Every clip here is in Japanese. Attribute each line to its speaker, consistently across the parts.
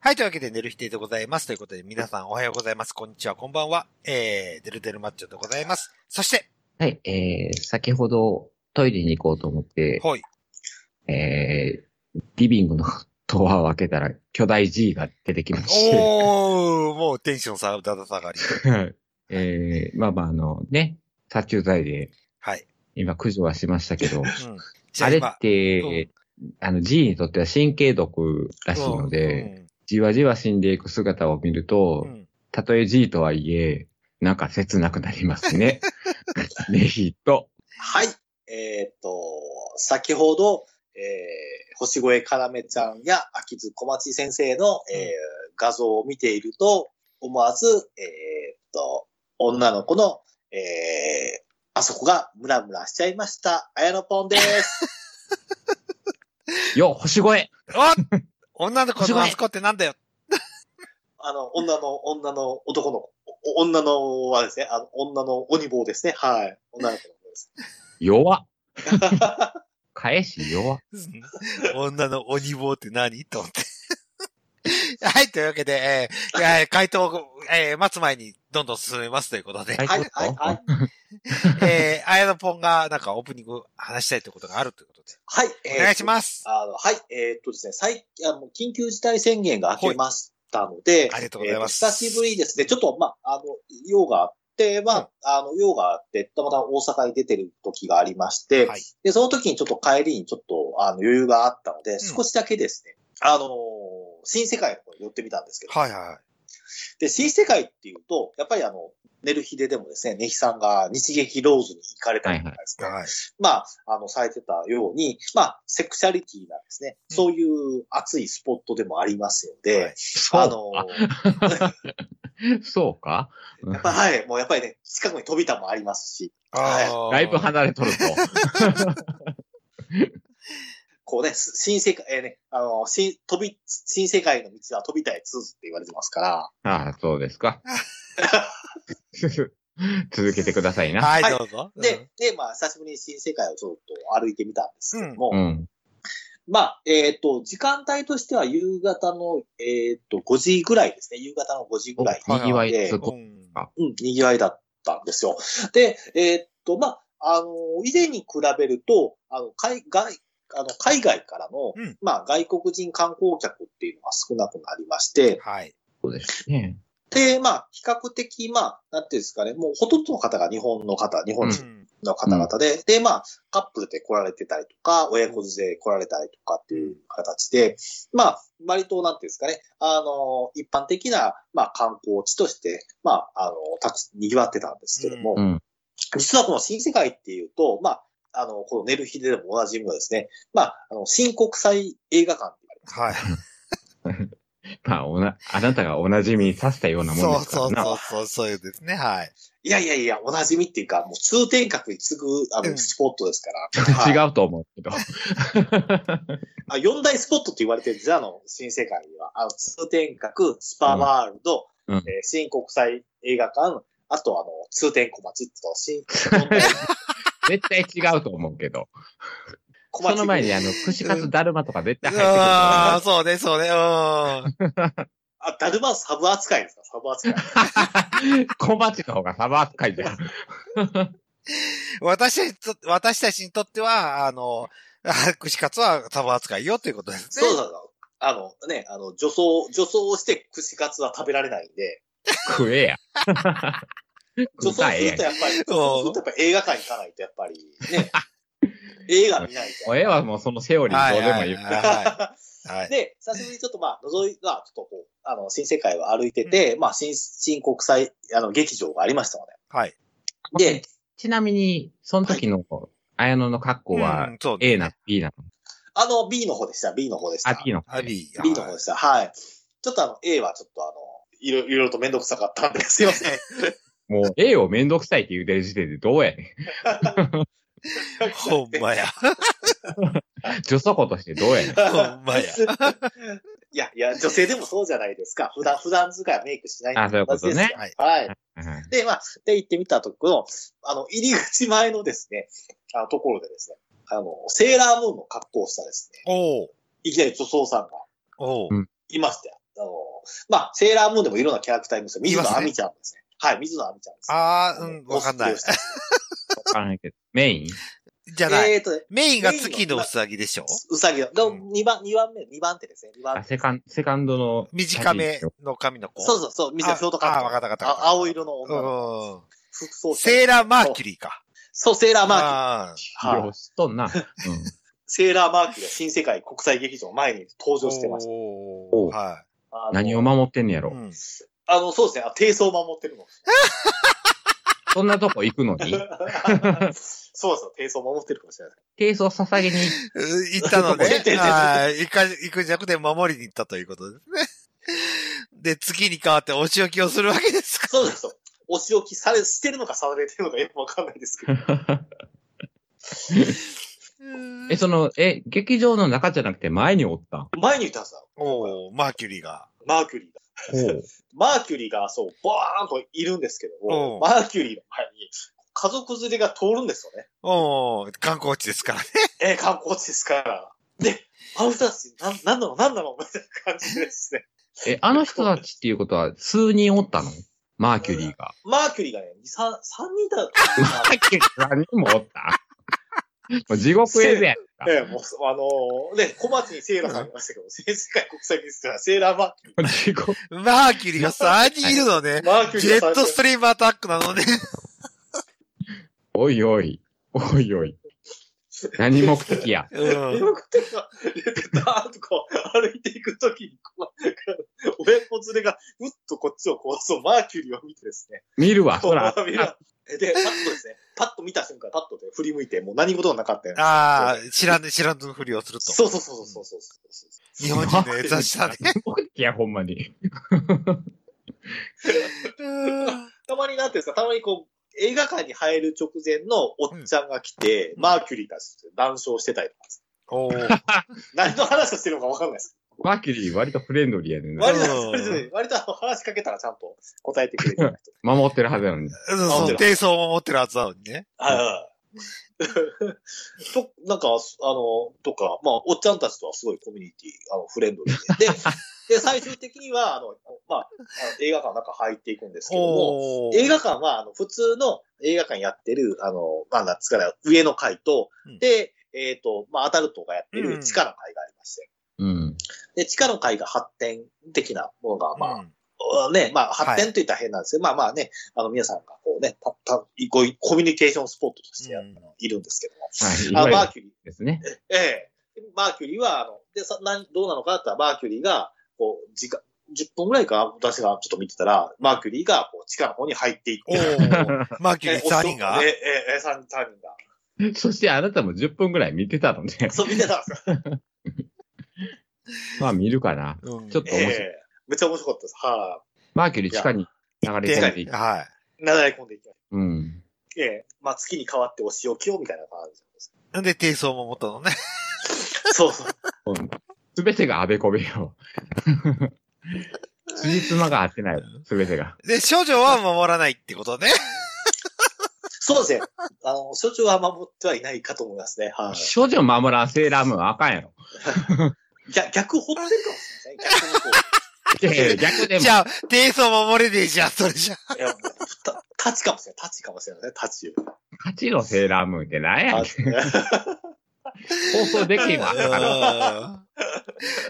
Speaker 1: はい、というわけで、寝る日でございます。ということで、皆さんおはようございます。こんにちは、こんばんは。えー、デルデルマッチョでございます。そして、
Speaker 2: はい、えー、先ほどトイレに行こうと思って、
Speaker 1: ほい。
Speaker 2: えー、リビングのドアを開けたら巨大 G が出てきまして、
Speaker 1: おー、もうテンションさ、だだ下がり。
Speaker 2: えー、まあまああのね、殺虫剤で
Speaker 1: はい。
Speaker 2: 今駆除はしました けど、
Speaker 1: うん。
Speaker 2: あれっ
Speaker 1: 今
Speaker 2: て、あの G にとっては神経毒らしいので、、じわじわ死んでいく姿を見る
Speaker 1: うん
Speaker 2: と
Speaker 1: う、ん
Speaker 2: たとえ G とはいえ、なんか切なくなります ね。ネヒと。
Speaker 3: はい。えーっと、先ほど、えー、星越かなめちゃんや秋津小町先生の、えー画像を見ていると、思わず、えーっと、女の子の、えー、あそこがムラムラしちゃいました。あやのぽんです。
Speaker 2: よ、星越え
Speaker 1: お女 の子のマスコってなんだよ。
Speaker 3: あの、女の、女の男の、お女のはですね、あの、女の鬼棒ですね。はい。女の子の棒です。
Speaker 2: 弱っ返し弱っ
Speaker 1: 女の鬼棒って 何と思って。はい、というわけで、えーえー回答を、えー待つ前にどんどん進めますということで、
Speaker 2: はい
Speaker 3: はい、はい、はい。
Speaker 1: えー、あやのぽんがなんかオープニング話したいってことがあるということ
Speaker 3: はい。
Speaker 1: で、お願いし
Speaker 3: す
Speaker 1: ます。
Speaker 3: あの、はい、えーっとですね、最近、あの緊急事態宣言が明けましたので、
Speaker 1: ありがとうございます
Speaker 3: えーっ久しぶりですね、ちょっと、まあ、あの、用があって、まあ、あの、用があって、たまたま大阪に出てる時がありまして、
Speaker 1: はい
Speaker 3: で、その時にちょっと帰りにちょっと、あの、余裕があったので、少しだけですね、あのー新世界の方に寄ってみたんですけど、
Speaker 1: はいは
Speaker 3: で、新世界っていうと、やっぱりあの、寝る日ででもですね、ネヒさんが日劇ローズに行かれたりとかです
Speaker 1: い。
Speaker 3: ね、
Speaker 1: はい。
Speaker 3: まあ、あの、されてたように、まあ、セクシャリティなんですね。
Speaker 1: うん
Speaker 3: そういう熱いスポットでもありますの
Speaker 1: はい
Speaker 3: で、
Speaker 2: そう
Speaker 3: あの、
Speaker 2: そうか
Speaker 3: やっぱはい、もうやっぱりね、近くに飛びたもありますし、
Speaker 1: あー
Speaker 2: だいぶ離れとると。
Speaker 3: こうね、す新世界、えーね、あの、新、飛び、新世界の道は飛びたい通ずって言われてますから、
Speaker 2: ああ、そうですか。 続けてくださいな。
Speaker 1: はい、
Speaker 3: はい
Speaker 1: どうぞ。
Speaker 3: で、で、まあ、久しぶりに新世界をちょっと歩いてみたんですけども、
Speaker 2: うん。
Speaker 3: まあ、えっ、と、時間帯としては夕方の、えっ、と、5時ぐらいですね。夕方の5時ぐらい。
Speaker 2: にぎわ
Speaker 3: はい
Speaker 2: い、す
Speaker 1: う
Speaker 2: ごい。
Speaker 1: ん。
Speaker 3: うん、賑わいだったんですよ。で、えーっと、まあ、あの、以前に比べると、あの、海外、あの、海外からの、
Speaker 1: うん
Speaker 3: まあ、外国人観光客っていうのが少なくなりまして、
Speaker 1: はい。
Speaker 2: そうですね。
Speaker 3: で、まあ、比較的、まあ、なんていうんですかね、もうほとんどの方が日本の方、日
Speaker 1: う
Speaker 3: 本人
Speaker 1: ん。
Speaker 3: の方々で、で、まあ、カップルで来られてたりとか、親子連れで来られたりとかっていう形で、まあ、割と、なんていうんですかね、あの、一般的な、まあ、観光地として、まあ、あの、たく、賑わってたんですけども、
Speaker 2: うん。
Speaker 3: 実はこの新世界っていうと、まあ、あの、この寝る日ででもおなじみのですね、まあ、あの、新国際映画館っていう
Speaker 1: はい。
Speaker 2: まあ、おな、あなたがお馴染みにさせたようなもん
Speaker 1: そ
Speaker 2: で
Speaker 1: う
Speaker 2: すから
Speaker 1: そう
Speaker 2: な。
Speaker 1: そうそう、そういうですね。はい。
Speaker 3: いやいやいや、おなじみっていうか、もう通天閣に次ぐ、あ
Speaker 1: うん
Speaker 3: の、スポットですから。 はい
Speaker 2: 違うと思うけど。
Speaker 3: あ四大スポットと言われてるんですよあの、新世界には。あの、通天閣、スパワールド、
Speaker 2: うんうん
Speaker 3: えー新国際映画館、あと、あの、通天小町ってと、新、
Speaker 2: 絶対違うと思うけど。
Speaker 3: 小
Speaker 2: その前に、
Speaker 3: あ
Speaker 2: あの、串カツだるまとか絶対入ってくると思う
Speaker 1: ああ、そうね、そうね。うん。
Speaker 3: ダルマサブ扱いですかサブ扱い。
Speaker 2: 小鉢の方がサバ扱いじゃん。
Speaker 1: 私たち、私たちにとっては、あの、あ串カツはサブ扱いよということですね。
Speaker 3: そうそうそう。あのね、あの、女装、女装をして串カツは食べられないんで、
Speaker 2: 食えや。食
Speaker 3: 女装す
Speaker 2: ったらええやん
Speaker 3: るとやっぱり、女装するとやっぱ映画館行かないとやっぱり ね、映画見ないと。
Speaker 2: 親はもうそのセオリーどうでもいい。
Speaker 1: はい。はい。
Speaker 3: で、久しぶりにちょっとまあ、覗いが、ちょっとこう、あの、新世界を歩いてて、まあ、新、新国際、あの、劇場がありましたの
Speaker 1: はい。
Speaker 3: で。で、
Speaker 2: ちなみに、その時の、綾野の格好
Speaker 1: う
Speaker 2: は
Speaker 1: ん、そうね
Speaker 2: A なの B なの
Speaker 3: あの、B の方でした、B の方でした。
Speaker 2: あ、B の。
Speaker 1: アビー。
Speaker 3: B の方でした、はい。ちょっとあの、A はちょっとあの、いろいろいろとめんどくさかったんです。すいません。
Speaker 2: もう A をめんどくさいって言うてる時点でどうやね
Speaker 1: ほんまや。
Speaker 2: ん。女祖子としてどうや ねん。
Speaker 1: ほんまや。
Speaker 3: いや、いや、女性でもそうじゃないですか。普段、普段使いはメイクしない
Speaker 2: あそういうことね
Speaker 3: 同じですよ
Speaker 1: はい
Speaker 3: はい。
Speaker 2: うん
Speaker 3: で、まあ、で、行ってみたところ、あの、入り口前のですね、あの、ところでですね、あの、セーラームーンの格好をしたですね、
Speaker 1: おう
Speaker 3: いきなり女装さんが
Speaker 1: おう
Speaker 2: うん
Speaker 3: いましたよ。あの、まあ、セーラームーンでもいろんなキャラクターいますよ。水
Speaker 1: いま
Speaker 3: 野
Speaker 1: すね
Speaker 3: 亜美ちゃんですね。はい、水野亜美ちゃんです。
Speaker 1: ああ、うん、わかんない
Speaker 3: お好き。で
Speaker 2: わからないけど。メイン
Speaker 1: じゃない。
Speaker 3: えっと、
Speaker 1: メインが月のうさぎでしょ
Speaker 3: うさぎが、
Speaker 1: うん
Speaker 3: 2番、二番目、二番手ですね。二番
Speaker 2: あ、
Speaker 3: 手。
Speaker 2: セカン、セカンドの。
Speaker 1: 短めの髪の子。
Speaker 3: そうそうそう、水野京都カッ
Speaker 1: ああ、わかったわかったわかった。
Speaker 3: 青色の女の
Speaker 1: う
Speaker 3: 服装
Speaker 1: ん。セーラーマーキュ
Speaker 3: リー。
Speaker 1: リーか。
Speaker 3: そう、セーラーマーキュリー。
Speaker 1: あー
Speaker 2: 企業しとんな。うん。
Speaker 3: セーラーマーキュリーが新世界国際劇場の前に登場してました。
Speaker 1: おーは
Speaker 3: あの
Speaker 2: 何を守ってんねや
Speaker 1: い。
Speaker 2: ろ。
Speaker 1: うん
Speaker 3: あの、そうですね。あ、低層を守ってる の。
Speaker 2: そんなとこ行くのに
Speaker 3: そうそう、低層を守ってるかもしれない。
Speaker 2: 低層捧げに
Speaker 1: 行ったので、
Speaker 3: 出てる
Speaker 1: はい行か、行くんじゃなくて守りに行ったということですね。で、月に変わってお仕置きをするわけですか。
Speaker 3: そうそう。お仕置きされ、してるのかされてるのかよくわかんないですけ ど。
Speaker 2: え、その、え、劇場の中じゃなくて前におったんほ
Speaker 3: 前に言ったんですよ。
Speaker 1: おーマーキュリーが。
Speaker 3: マーキュリーが。
Speaker 2: う。
Speaker 3: マーキュリーが、そう、バーンといるんですけど
Speaker 1: うん
Speaker 3: も、マーキュリーの前に、家族連れが通るんですよね。
Speaker 1: おー観光地ですからね。
Speaker 3: えー、観光地ですから。で、アウタース、なん、なんだろう、なんだろう、みたいな感じでですね。
Speaker 2: え、あの人たちっていうことは数人おったのマーキュリーが。
Speaker 3: マーキュリーがね、2、3、3人だっ
Speaker 2: マ ーキュリー何人もおったもう地獄絵図やん
Speaker 3: た。ええ、もう、あのー、ね、小松にセーラーさんいまし たけど、全世界国際技術はセーラーマーキ
Speaker 2: か。地
Speaker 3: ュ
Speaker 2: 獄。
Speaker 1: マーキュリーが3人いるのね
Speaker 3: リー。。マーキュリ
Speaker 1: ジ
Speaker 3: ー
Speaker 1: ェ
Speaker 3: が
Speaker 1: ット
Speaker 3: 最
Speaker 1: ス
Speaker 3: 初
Speaker 1: トリームアタックなのね。
Speaker 2: おいおい。おいおい。何目的や。
Speaker 1: うん
Speaker 3: よくてさ、ダーンとこう歩いていくときに、こう親子連れが、うっとこっちをこう、そう、マーキュリーを見て ですね。
Speaker 2: 見るわ、そら。
Speaker 3: こう見るで、パッとですね、パッと見た瞬間、パッとで振り向いて、もう何事もなかったよね。
Speaker 1: ああ、知らぬ、知らぬふりをすると。
Speaker 3: そうそうそうそうそうそうそう。
Speaker 1: 日本人のやつはしたね。
Speaker 2: 何目的や、ほんまに。
Speaker 1: うん
Speaker 3: たまになんていうんですか、たまにこう、映画館に入る直前のおっちゃんが来て、マーキュリーたちと談笑してたりとか。
Speaker 1: おー
Speaker 3: 何の話をしてるのかわかんないです。
Speaker 2: マーキュリー割とフレンドリーやねんな。
Speaker 3: 割と、割とあの話しかけたらちゃんと答えてくれる人。
Speaker 2: 守ってるはずやのに。
Speaker 1: そうそう、
Speaker 3: 持ってる
Speaker 1: 低層も持ってるはずなのにね。
Speaker 3: はいはい。 と、なんか、あの、とか、まあ、おっちゃんたちとはすごいコミュニティ、あの、フレンドリー で。で、で最終的には、あの、まあ、あの映画館の中入っていくんですけども、
Speaker 1: おー
Speaker 3: 映画館は、あの、普通の映画館やってる、あの、まあ、なんつうかな、上の階と、
Speaker 1: うん
Speaker 3: で、えっ、と、まあ、アダルトがやって
Speaker 1: うん
Speaker 3: る地下の階がありまして、
Speaker 2: うん。
Speaker 3: で、地下の階が発展的なものが、まあ、
Speaker 1: うん
Speaker 3: ね、まあ、発展といったら変なんですけど、まあまあね、あの、皆さんがこうね、た、た、こういうコミュニケーションスポットとしてや
Speaker 1: うん
Speaker 3: いるんですけども。
Speaker 2: はい。い
Speaker 3: あ
Speaker 2: わゆ
Speaker 3: マ
Speaker 2: る
Speaker 3: ーキュリー、
Speaker 2: ですね。
Speaker 3: ええマーキュリーは、あの、で、さ、なん、どうなのかなって言ったら、マーキュリーが、こう、時間、10分ぐらいかな、私がちょっと見てたら、マーキュリーが、こう、地下の方に入っていっ
Speaker 1: お
Speaker 3: て、
Speaker 1: ーマーキュリ
Speaker 3: え
Speaker 1: ー3人が
Speaker 3: え、え、え、3人、三人が。
Speaker 2: そしてあなたも10分ぐらい見てたので、
Speaker 3: そう、見てたんですよ。
Speaker 2: まあ見るかな。
Speaker 1: うん
Speaker 2: ちょっと
Speaker 3: え
Speaker 2: 面白い
Speaker 3: えめっちゃ面白かったです。は、
Speaker 2: マーキュリー地下に流れ込んでいく。
Speaker 1: はい
Speaker 3: なだれ込んでいきま
Speaker 2: うん。
Speaker 3: す。ええまあ、月に変わってお仕置きを、みたいな感じです。
Speaker 1: い。んで、低層も持ったのね。
Speaker 3: そうそう。
Speaker 2: すべてがあべこべよ。 辻褄が合ってない。すべてが。
Speaker 1: で、少女は守らないってことね。
Speaker 3: そうですね。あの、所長は守ってはいないかと思いますね。は
Speaker 2: 少女守らんセーラームーンあかんやろ。
Speaker 3: い。逆、逆掘ってるかもしれない。逆にこ
Speaker 2: いやい や逆でも
Speaker 1: じ、ゃあ、低層守れねえじゃん、それじゃ。
Speaker 3: う。いや、もうた立ちかもしれない。立ちかもしれないね。立ちよ。
Speaker 2: 勝ちのセーラームーンっ てなんやねん
Speaker 3: 立ち
Speaker 2: 放送できへんわ。
Speaker 1: うん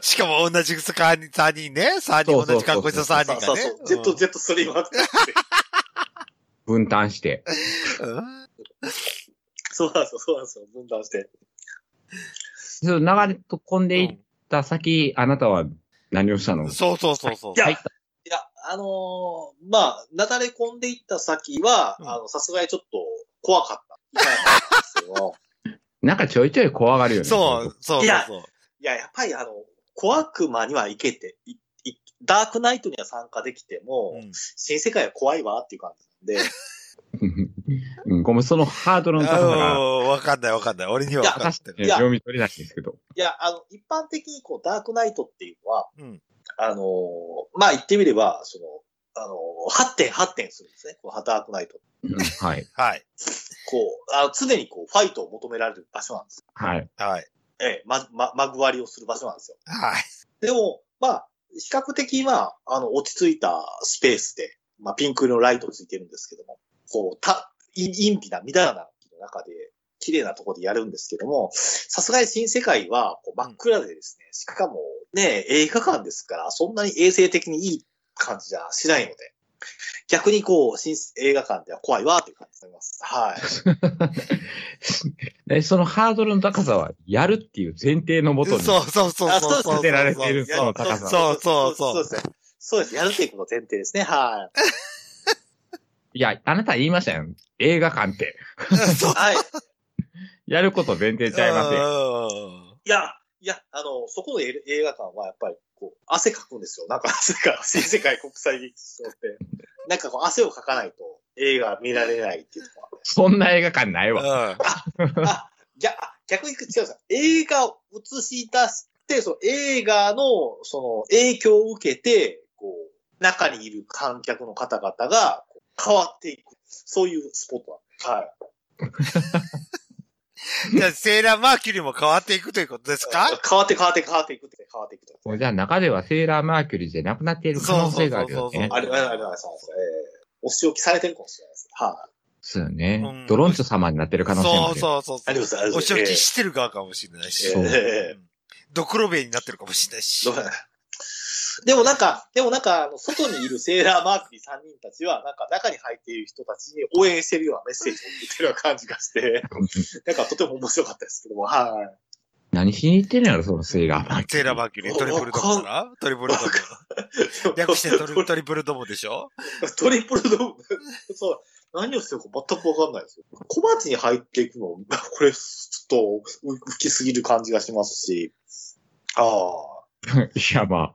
Speaker 1: しかも同じ靴かに3人ね。3人同じ格好した3
Speaker 3: そう
Speaker 1: 人が
Speaker 3: そう
Speaker 1: ね
Speaker 3: そう。ジェット、ジェットストリームって。
Speaker 2: 分担して。
Speaker 1: うん。
Speaker 3: そうなんですよ。そうなんですよ。分断して。
Speaker 2: その流れ込んでいった先、あなたは何をした
Speaker 1: う
Speaker 2: の
Speaker 1: んそうそうそうそう。
Speaker 3: いや
Speaker 2: 入った
Speaker 3: いや、あのーまあ、なだれ込んでいった先は、
Speaker 1: うん
Speaker 3: あの、さすがにちょっと怖かった。 痛かったんですけど
Speaker 2: なんかちょいちょい怖がるよね。
Speaker 1: そう、そうそう
Speaker 3: いや
Speaker 1: そう。
Speaker 3: いや、やっぱりあの、小悪魔には行けて、いいダークナイトには参加できても、
Speaker 1: うん
Speaker 3: 新世界は怖いわっていう感じ なんで、
Speaker 2: うん、ごめん、そのハードルの高
Speaker 1: あ
Speaker 2: さ
Speaker 1: の
Speaker 2: が、
Speaker 1: ーわかんないわかんない。俺にはわかんない
Speaker 2: 私、
Speaker 3: いや
Speaker 2: 読み取れないんですけど。
Speaker 3: いや、あの、一般的にこう、ダークナイトっていうのは、
Speaker 1: うん
Speaker 3: あのーまあ、言ってみれば、その、あのー、8点8点するんですね。このダークナイト。
Speaker 2: うんはい。
Speaker 1: はい。
Speaker 3: こう、あの常にこう、ファイトを求められる場所なんです。
Speaker 2: はい。
Speaker 1: はい。
Speaker 3: ええ、ま、ま、まぐわりをする場所なんですよ。
Speaker 1: はい。
Speaker 3: でも、まあ、比較的、まあ、あの、落ち着いたスペースで、まあ、ピンク色のライトついてるんですけども、こう、た、い陰気な、みだらなの中で、綺麗なところでやるんですけども、さすがに新世界はこう真っ暗でですね、しかもね、映画館ですから、そんなに衛生的にいい感じじゃしないので、逆にこう、新映画館では怖いわという感じになります。はい。
Speaker 2: でそのハードルの高さは、やるっていう前提のもとに、
Speaker 1: そうそうそう
Speaker 3: あ
Speaker 1: そう。
Speaker 2: 立てられている その高さ。
Speaker 1: そうそうそう
Speaker 3: そうですね。そうです。やるということが前提ですね。はい。
Speaker 2: いや、あなた言いましたよ。映画館って。
Speaker 1: そう。
Speaker 3: はい。
Speaker 2: やること前提ちゃいますよ。
Speaker 1: よ。
Speaker 3: いや、いや、あの、そこの映映画館はやっぱり、こう、汗かくんですよ。なんか汗か、新世界国際劇場って。 なんかこう、汗をかかないと映画見られないっていうところがあって
Speaker 2: そんな映画館ないわ。
Speaker 1: うん
Speaker 3: あ、ぎゃ、あ逆に違うんですよ。映画を映し出して、その映画の、その、影響を受けて、こう、中にいる観客の方々がこう変わっていく。そういうスポットなんです。
Speaker 1: じゃあ、セーラーマーキュリーも変わっていくということです
Speaker 3: は
Speaker 1: か
Speaker 3: い。変わって変わって変わっていくって、変わっていくって。
Speaker 2: もうじゃあ中ではセーラーマーキュリーじゃなくなっている可能性があるよ
Speaker 1: そうそうそう
Speaker 2: ね
Speaker 1: そ。
Speaker 3: あれ、あれ、あれ、あれ、そうなんですよ。えーお仕置きされてるかもしれないです。はい、
Speaker 2: そうよ
Speaker 1: う
Speaker 2: ね
Speaker 1: ん。
Speaker 2: ドロンチョ様になってる可能性
Speaker 1: そ
Speaker 2: もある
Speaker 1: う
Speaker 2: よ。
Speaker 1: そうそう
Speaker 3: あ
Speaker 1: そ
Speaker 3: りがとうございま
Speaker 1: う。
Speaker 3: す。
Speaker 1: お仕置きしてる側かもしれないし。
Speaker 2: そう
Speaker 1: う
Speaker 3: え
Speaker 1: んドクロベイになってるかもしれないし
Speaker 3: ー。どうでもなんか、でもなんか、あの外にいるセーラーマークリー3人たちは、なんか中に入っている人たちに応援してるようなメッセージを送ってるような感じがして、 なんかとても面白かったですけども、は
Speaker 2: 何しに行ってんのやろ、そのセーラーマーキ
Speaker 1: セ
Speaker 2: ュリー。
Speaker 1: ーラーマーキュリー、トリプルドムかなトリプルドム。
Speaker 3: い。
Speaker 1: 略してトリ
Speaker 3: ト
Speaker 1: トリプルドムでしょ
Speaker 3: リ トリプルドーム。そう。何をしてるか全くわかんないですよ。小鉢に入っていくの、これ、ちょっと、浮きすぎる感じがしますし。ああ。
Speaker 2: いや、まあ、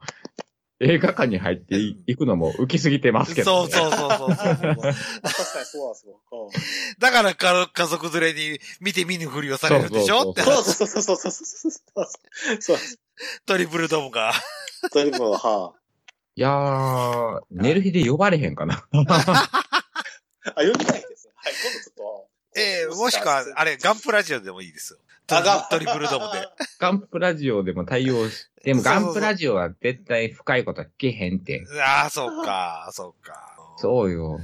Speaker 2: 映画館に入ってい行くのも浮きすぎてますけ
Speaker 1: そ
Speaker 2: ど、
Speaker 1: う
Speaker 2: ね。
Speaker 1: そうそうそう
Speaker 3: 確かにそうなんですよ。うん
Speaker 1: だからか家族連れに見て見ぬふりをされるんでし
Speaker 2: そ
Speaker 1: ょ
Speaker 2: う
Speaker 1: っ
Speaker 2: そ
Speaker 1: て
Speaker 2: う
Speaker 3: そうそうそうそうそうそうそうそう。そう
Speaker 1: トリプルドムが。
Speaker 3: トリプルは、はい
Speaker 2: やー、寝る日で呼ばれへんかな。
Speaker 3: あ、読みたいですね。はい、今度ちょっと。
Speaker 1: ええもしくは、あれ、ガンプラジオでもいいですよ。ト
Speaker 3: あ
Speaker 1: リ
Speaker 3: が
Speaker 1: トリプルドムで。。
Speaker 2: ガンプラジオでも対応し、でも
Speaker 1: そうそう
Speaker 2: ガ
Speaker 1: そう
Speaker 2: ンプラジオは絶対深いことは聞けへんって。
Speaker 1: ああ、そうか、そうか。
Speaker 2: そうよ。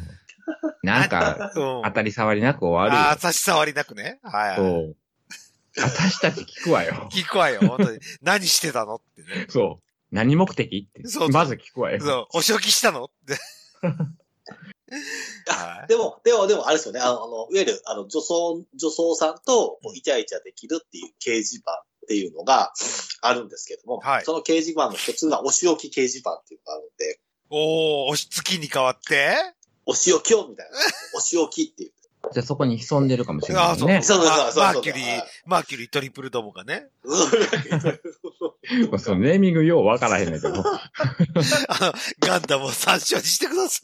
Speaker 2: なんか、
Speaker 1: う。ん。
Speaker 2: 当たり障りなく終
Speaker 1: あ
Speaker 2: わ
Speaker 1: あ、差し障りなくね。はい。
Speaker 2: るよ。そう。私たち聞く わよ。
Speaker 1: 聞くわよ、本当に。何してたのってね。
Speaker 2: そう。何目的って
Speaker 1: そうそう。
Speaker 2: まず聞くわよ。
Speaker 1: そう、お仕置きしたのって。 は
Speaker 3: でも、でも、でも、あれですよね。あの、あのいわゆる、あの、女装、女装さんと、イチャイチャできるっていう掲示板っていうのがあるんですけども、
Speaker 1: はい
Speaker 3: その掲示板の一つが、お仕置き掲示板っていうのがあるんで、
Speaker 1: おお押し付きに変わって
Speaker 3: お仕置きをみたいな。お仕置きっていう。
Speaker 2: じゃあそこに潜んでるかもしれ
Speaker 1: あ
Speaker 2: な
Speaker 1: あ、
Speaker 2: い
Speaker 1: そう。
Speaker 2: ね。
Speaker 3: そうそうそうそう
Speaker 1: マーキュリー
Speaker 3: はい、
Speaker 1: マーキュリートリプルドムがね。
Speaker 2: そうそのネーミングようわからへんねん けど。
Speaker 1: あの、ガンダムを参照にしてくださ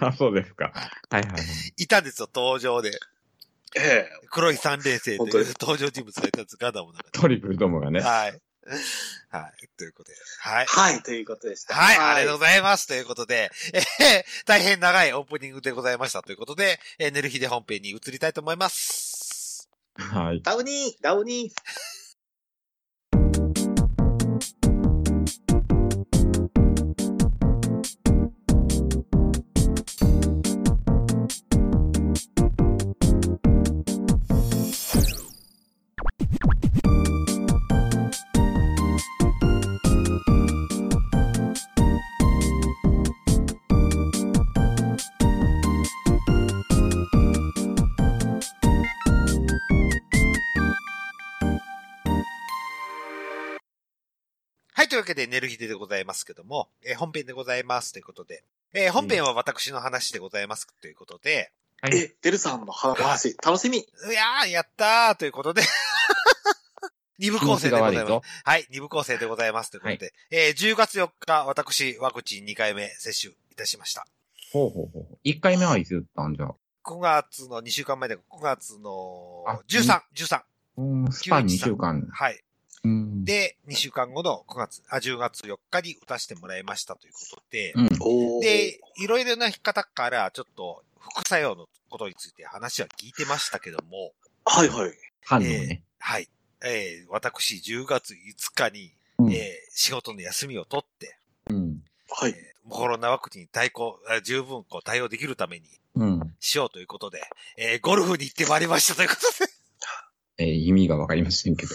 Speaker 2: あ、そうですか。はいはいはい。
Speaker 1: い。いたんですよ、登場で。
Speaker 3: ええ
Speaker 1: 黒い三連星と
Speaker 3: 本当
Speaker 1: い
Speaker 3: で
Speaker 1: う登場人物がいたんです、ガンダムの中
Speaker 2: トリプルドムがね
Speaker 1: で。。はい。はい。ということで。はい。
Speaker 3: はい、ということでした。
Speaker 1: はい、ありがとうございます。ということで、えー大変長いオープニングでございましたということで、えー、寝る日で本編に移りたいと思います。
Speaker 2: はい。
Speaker 3: ダウニー、ダウニー。
Speaker 1: はい、というわけで、寝る日ででございますけども、えー本編でございますということで、えー本編は私の話でございますということで、
Speaker 3: え、デルさんの話、楽しみ。
Speaker 1: うやー、やったーということで、 二部
Speaker 2: 気
Speaker 1: 構成
Speaker 2: 持ち
Speaker 1: で
Speaker 2: が
Speaker 1: ご
Speaker 2: 悪
Speaker 1: ざい
Speaker 2: い
Speaker 1: ます
Speaker 2: ぞ。。
Speaker 1: はい、二部構成でございますということで、えー10月4日、私、ワクチン2回目接種いたしました。
Speaker 2: ほうほうほう。一回目はいつ打ったんじゃ。
Speaker 1: 9月の2週間前で、9月の
Speaker 2: あ
Speaker 1: 13、13。
Speaker 2: うん、スパン2週間。
Speaker 1: はい。
Speaker 2: うん。
Speaker 1: で、2週間後の9月、あ、10月4日に打たせてもらいましたということで、
Speaker 2: うん。
Speaker 3: おー
Speaker 1: で、いろいろな方からちょっと副作用のことについて話は聞いてましたけども、
Speaker 3: はいはい。
Speaker 2: 反応ね。
Speaker 1: はい。えー私10月5日に、
Speaker 2: うん
Speaker 1: えー仕事の休みを取って、
Speaker 2: うん。
Speaker 3: はい。
Speaker 1: コロナワクチンに対抗、あ十分こう対応できるために
Speaker 2: うん。
Speaker 1: しようということで、えーゴルフに行ってまいりましたということ
Speaker 2: えー意味がわかりませんけど。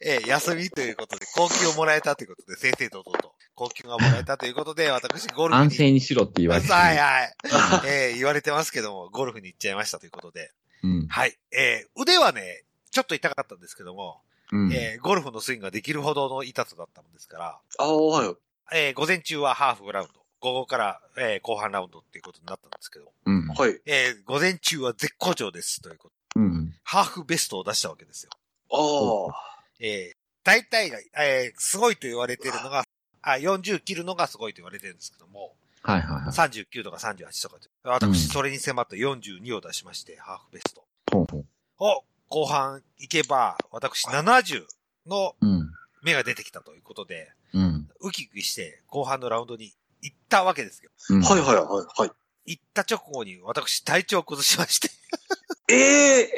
Speaker 1: で、えー休みということで、高級をもらえたということで、正々堂々と、高級がもらえたということで、私、ゴルフに。
Speaker 2: 安静にしろって言われてる。
Speaker 1: はいはい。 えー言われてますけども、ゴルフに行っちゃいましたということで。
Speaker 2: うん。
Speaker 1: はい。えー腕はね、ちょっと痛かったんですけども、
Speaker 2: うん。
Speaker 1: えーゴルフのスイングができるほどの痛さだったもんですから、
Speaker 3: ああ、はい。
Speaker 1: えー午前中はハーフラウンド、午後から、えー後半ラウンドっていうことになったんですけど、
Speaker 2: うん。
Speaker 3: はい。
Speaker 1: えー午前中は絶好調ですということ。
Speaker 2: うん。
Speaker 1: ハーフベストを出したわけですよ。
Speaker 3: あ
Speaker 1: えー大体が、えーすごいと言われてるのが、あ、40切るのがすごいと言われてるんですけども、
Speaker 2: はいはいはい。
Speaker 1: 39とか38とかと私、それに迫った42を出しまして、ハーフベスト。
Speaker 2: ほうほう。
Speaker 1: を、後半行けば、私70の
Speaker 2: うん。
Speaker 1: 目が出てきたということで、
Speaker 2: うん。
Speaker 1: ウキウキして、後半のラウンドに行ったわけですよ。
Speaker 2: うん
Speaker 3: あ。はいはいはいはい。
Speaker 1: 行った直後に私体調を崩しまして、
Speaker 3: ええ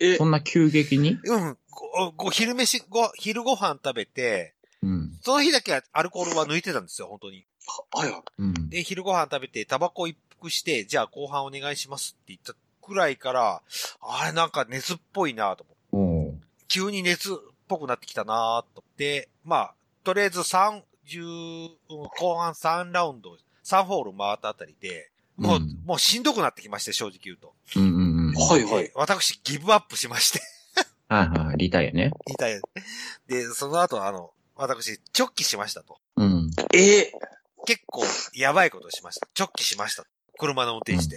Speaker 3: ええ
Speaker 2: そんな急激に
Speaker 1: うん、ご、ご、昼飯、ご、昼ご飯食べて、
Speaker 2: うん。
Speaker 1: その日だけはアルコールは抜いてたんですよ、本当に。
Speaker 3: はいはい。
Speaker 2: うん。
Speaker 1: で、昼ご飯食べて、タバコ一服して、じゃあ後半お願いしますって言ったくらいから、あれなんか熱っぽいなと思って、
Speaker 2: おう
Speaker 1: 急に熱っぽくなってきたなと思って、まあ、とりあえず3、10、うん後半3ラウンド、3ホール回ったあたりで、もう、
Speaker 2: うん
Speaker 1: もうしんどくなってきまして、正直言うと。
Speaker 2: うんうんうん。
Speaker 3: はいはい
Speaker 1: えー。私、ギブアップしまして。
Speaker 2: はいはい。リタイアね。
Speaker 1: 言いたい。で、その後、あの、私、直帰しましたと。
Speaker 2: うん。
Speaker 3: ええ
Speaker 1: 結構、やばいことしました。直帰しました。車の運転して。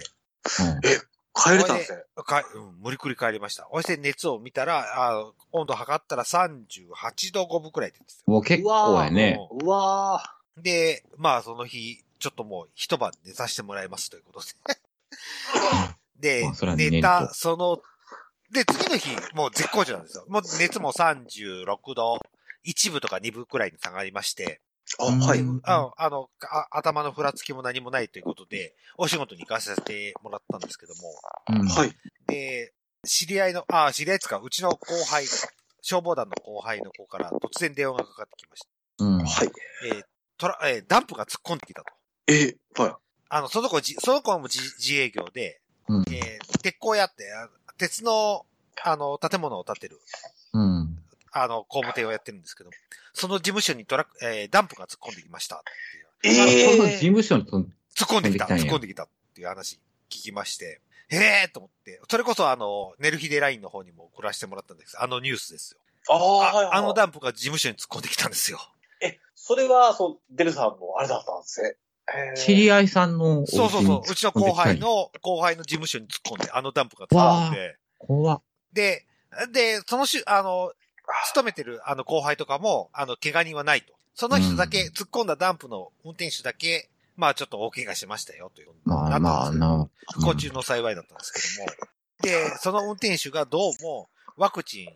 Speaker 3: 帰れたんですね。
Speaker 1: かうん、無理くり帰りました。そして熱を見たら、あ温度測ったら38度5分くらいって言うんですよ。
Speaker 2: うん。もう結構やね。
Speaker 1: う
Speaker 3: うわあ。
Speaker 1: んで、まあ、その日、ちょっともう一晩寝させてもらいますということで。
Speaker 2: まあそれは
Speaker 1: で、
Speaker 2: 寝ると
Speaker 1: 寝た、その、で、次の日、もう絶好調なんですよ。もう熱も36度、1部とか2部くらいに下がりまして、
Speaker 3: あ、はい。
Speaker 2: うん
Speaker 1: ああのあ、頭のふらつきも何もないということで、お仕事に行かせてもらったんですけども、
Speaker 2: うん
Speaker 3: はい。
Speaker 1: で、知り合いの、あ、知り合いですか、うちの後輩、消防団の後輩の子から突然電話がかかってきました。
Speaker 2: うん。
Speaker 3: はい。
Speaker 1: えートラ、えーダンプが突っ込んできたと。
Speaker 3: ええは
Speaker 1: あの、その子じ、その子も自自営業で、
Speaker 2: うん。
Speaker 1: えー鉄工屋って、あ鉄の、あの、建物を建てる、
Speaker 2: うん。
Speaker 1: あの、工務店をやってるんですけど、その事務所にトラック、えーダンプが突っ込んできました。
Speaker 3: い。
Speaker 2: あそ
Speaker 3: え
Speaker 2: の事
Speaker 3: え
Speaker 2: 務所にと、
Speaker 1: 突っ込んできた、
Speaker 2: 突っ込んできたんや
Speaker 1: 突っ込んできたっていう話聞きまして、へえーと思って、それこそあの、寝る日でラインの方にも送らせてもらったんですあのニュースですよ。
Speaker 3: ああ、はい
Speaker 1: あ
Speaker 3: はい。
Speaker 1: あのダンプが事務所に突っ込んできたんですよ。
Speaker 3: え、それは、そう、デルさんのあれだったんですね。え
Speaker 2: 知り合いさんのお家に
Speaker 1: そうそうそう。うちの後輩
Speaker 2: 突っ
Speaker 1: の、後輩の事務所に突っ込んで、あのダンプが突っ込んで。
Speaker 2: 込んできたんや。怖っ
Speaker 1: で、で、そのし、あの、勤めてるあの後輩とかも、あの、怪我人はないと。その人だけ、
Speaker 2: うん
Speaker 1: 突っ込んだダンプの運転手だけ、まあちょっと大怪我しましたよ、という。
Speaker 2: まあ
Speaker 1: な
Speaker 2: ま
Speaker 1: った
Speaker 2: あ
Speaker 1: んですけど
Speaker 2: な。
Speaker 1: 不幸中の幸いだったんですけども。で、その運転手がどうもワクチン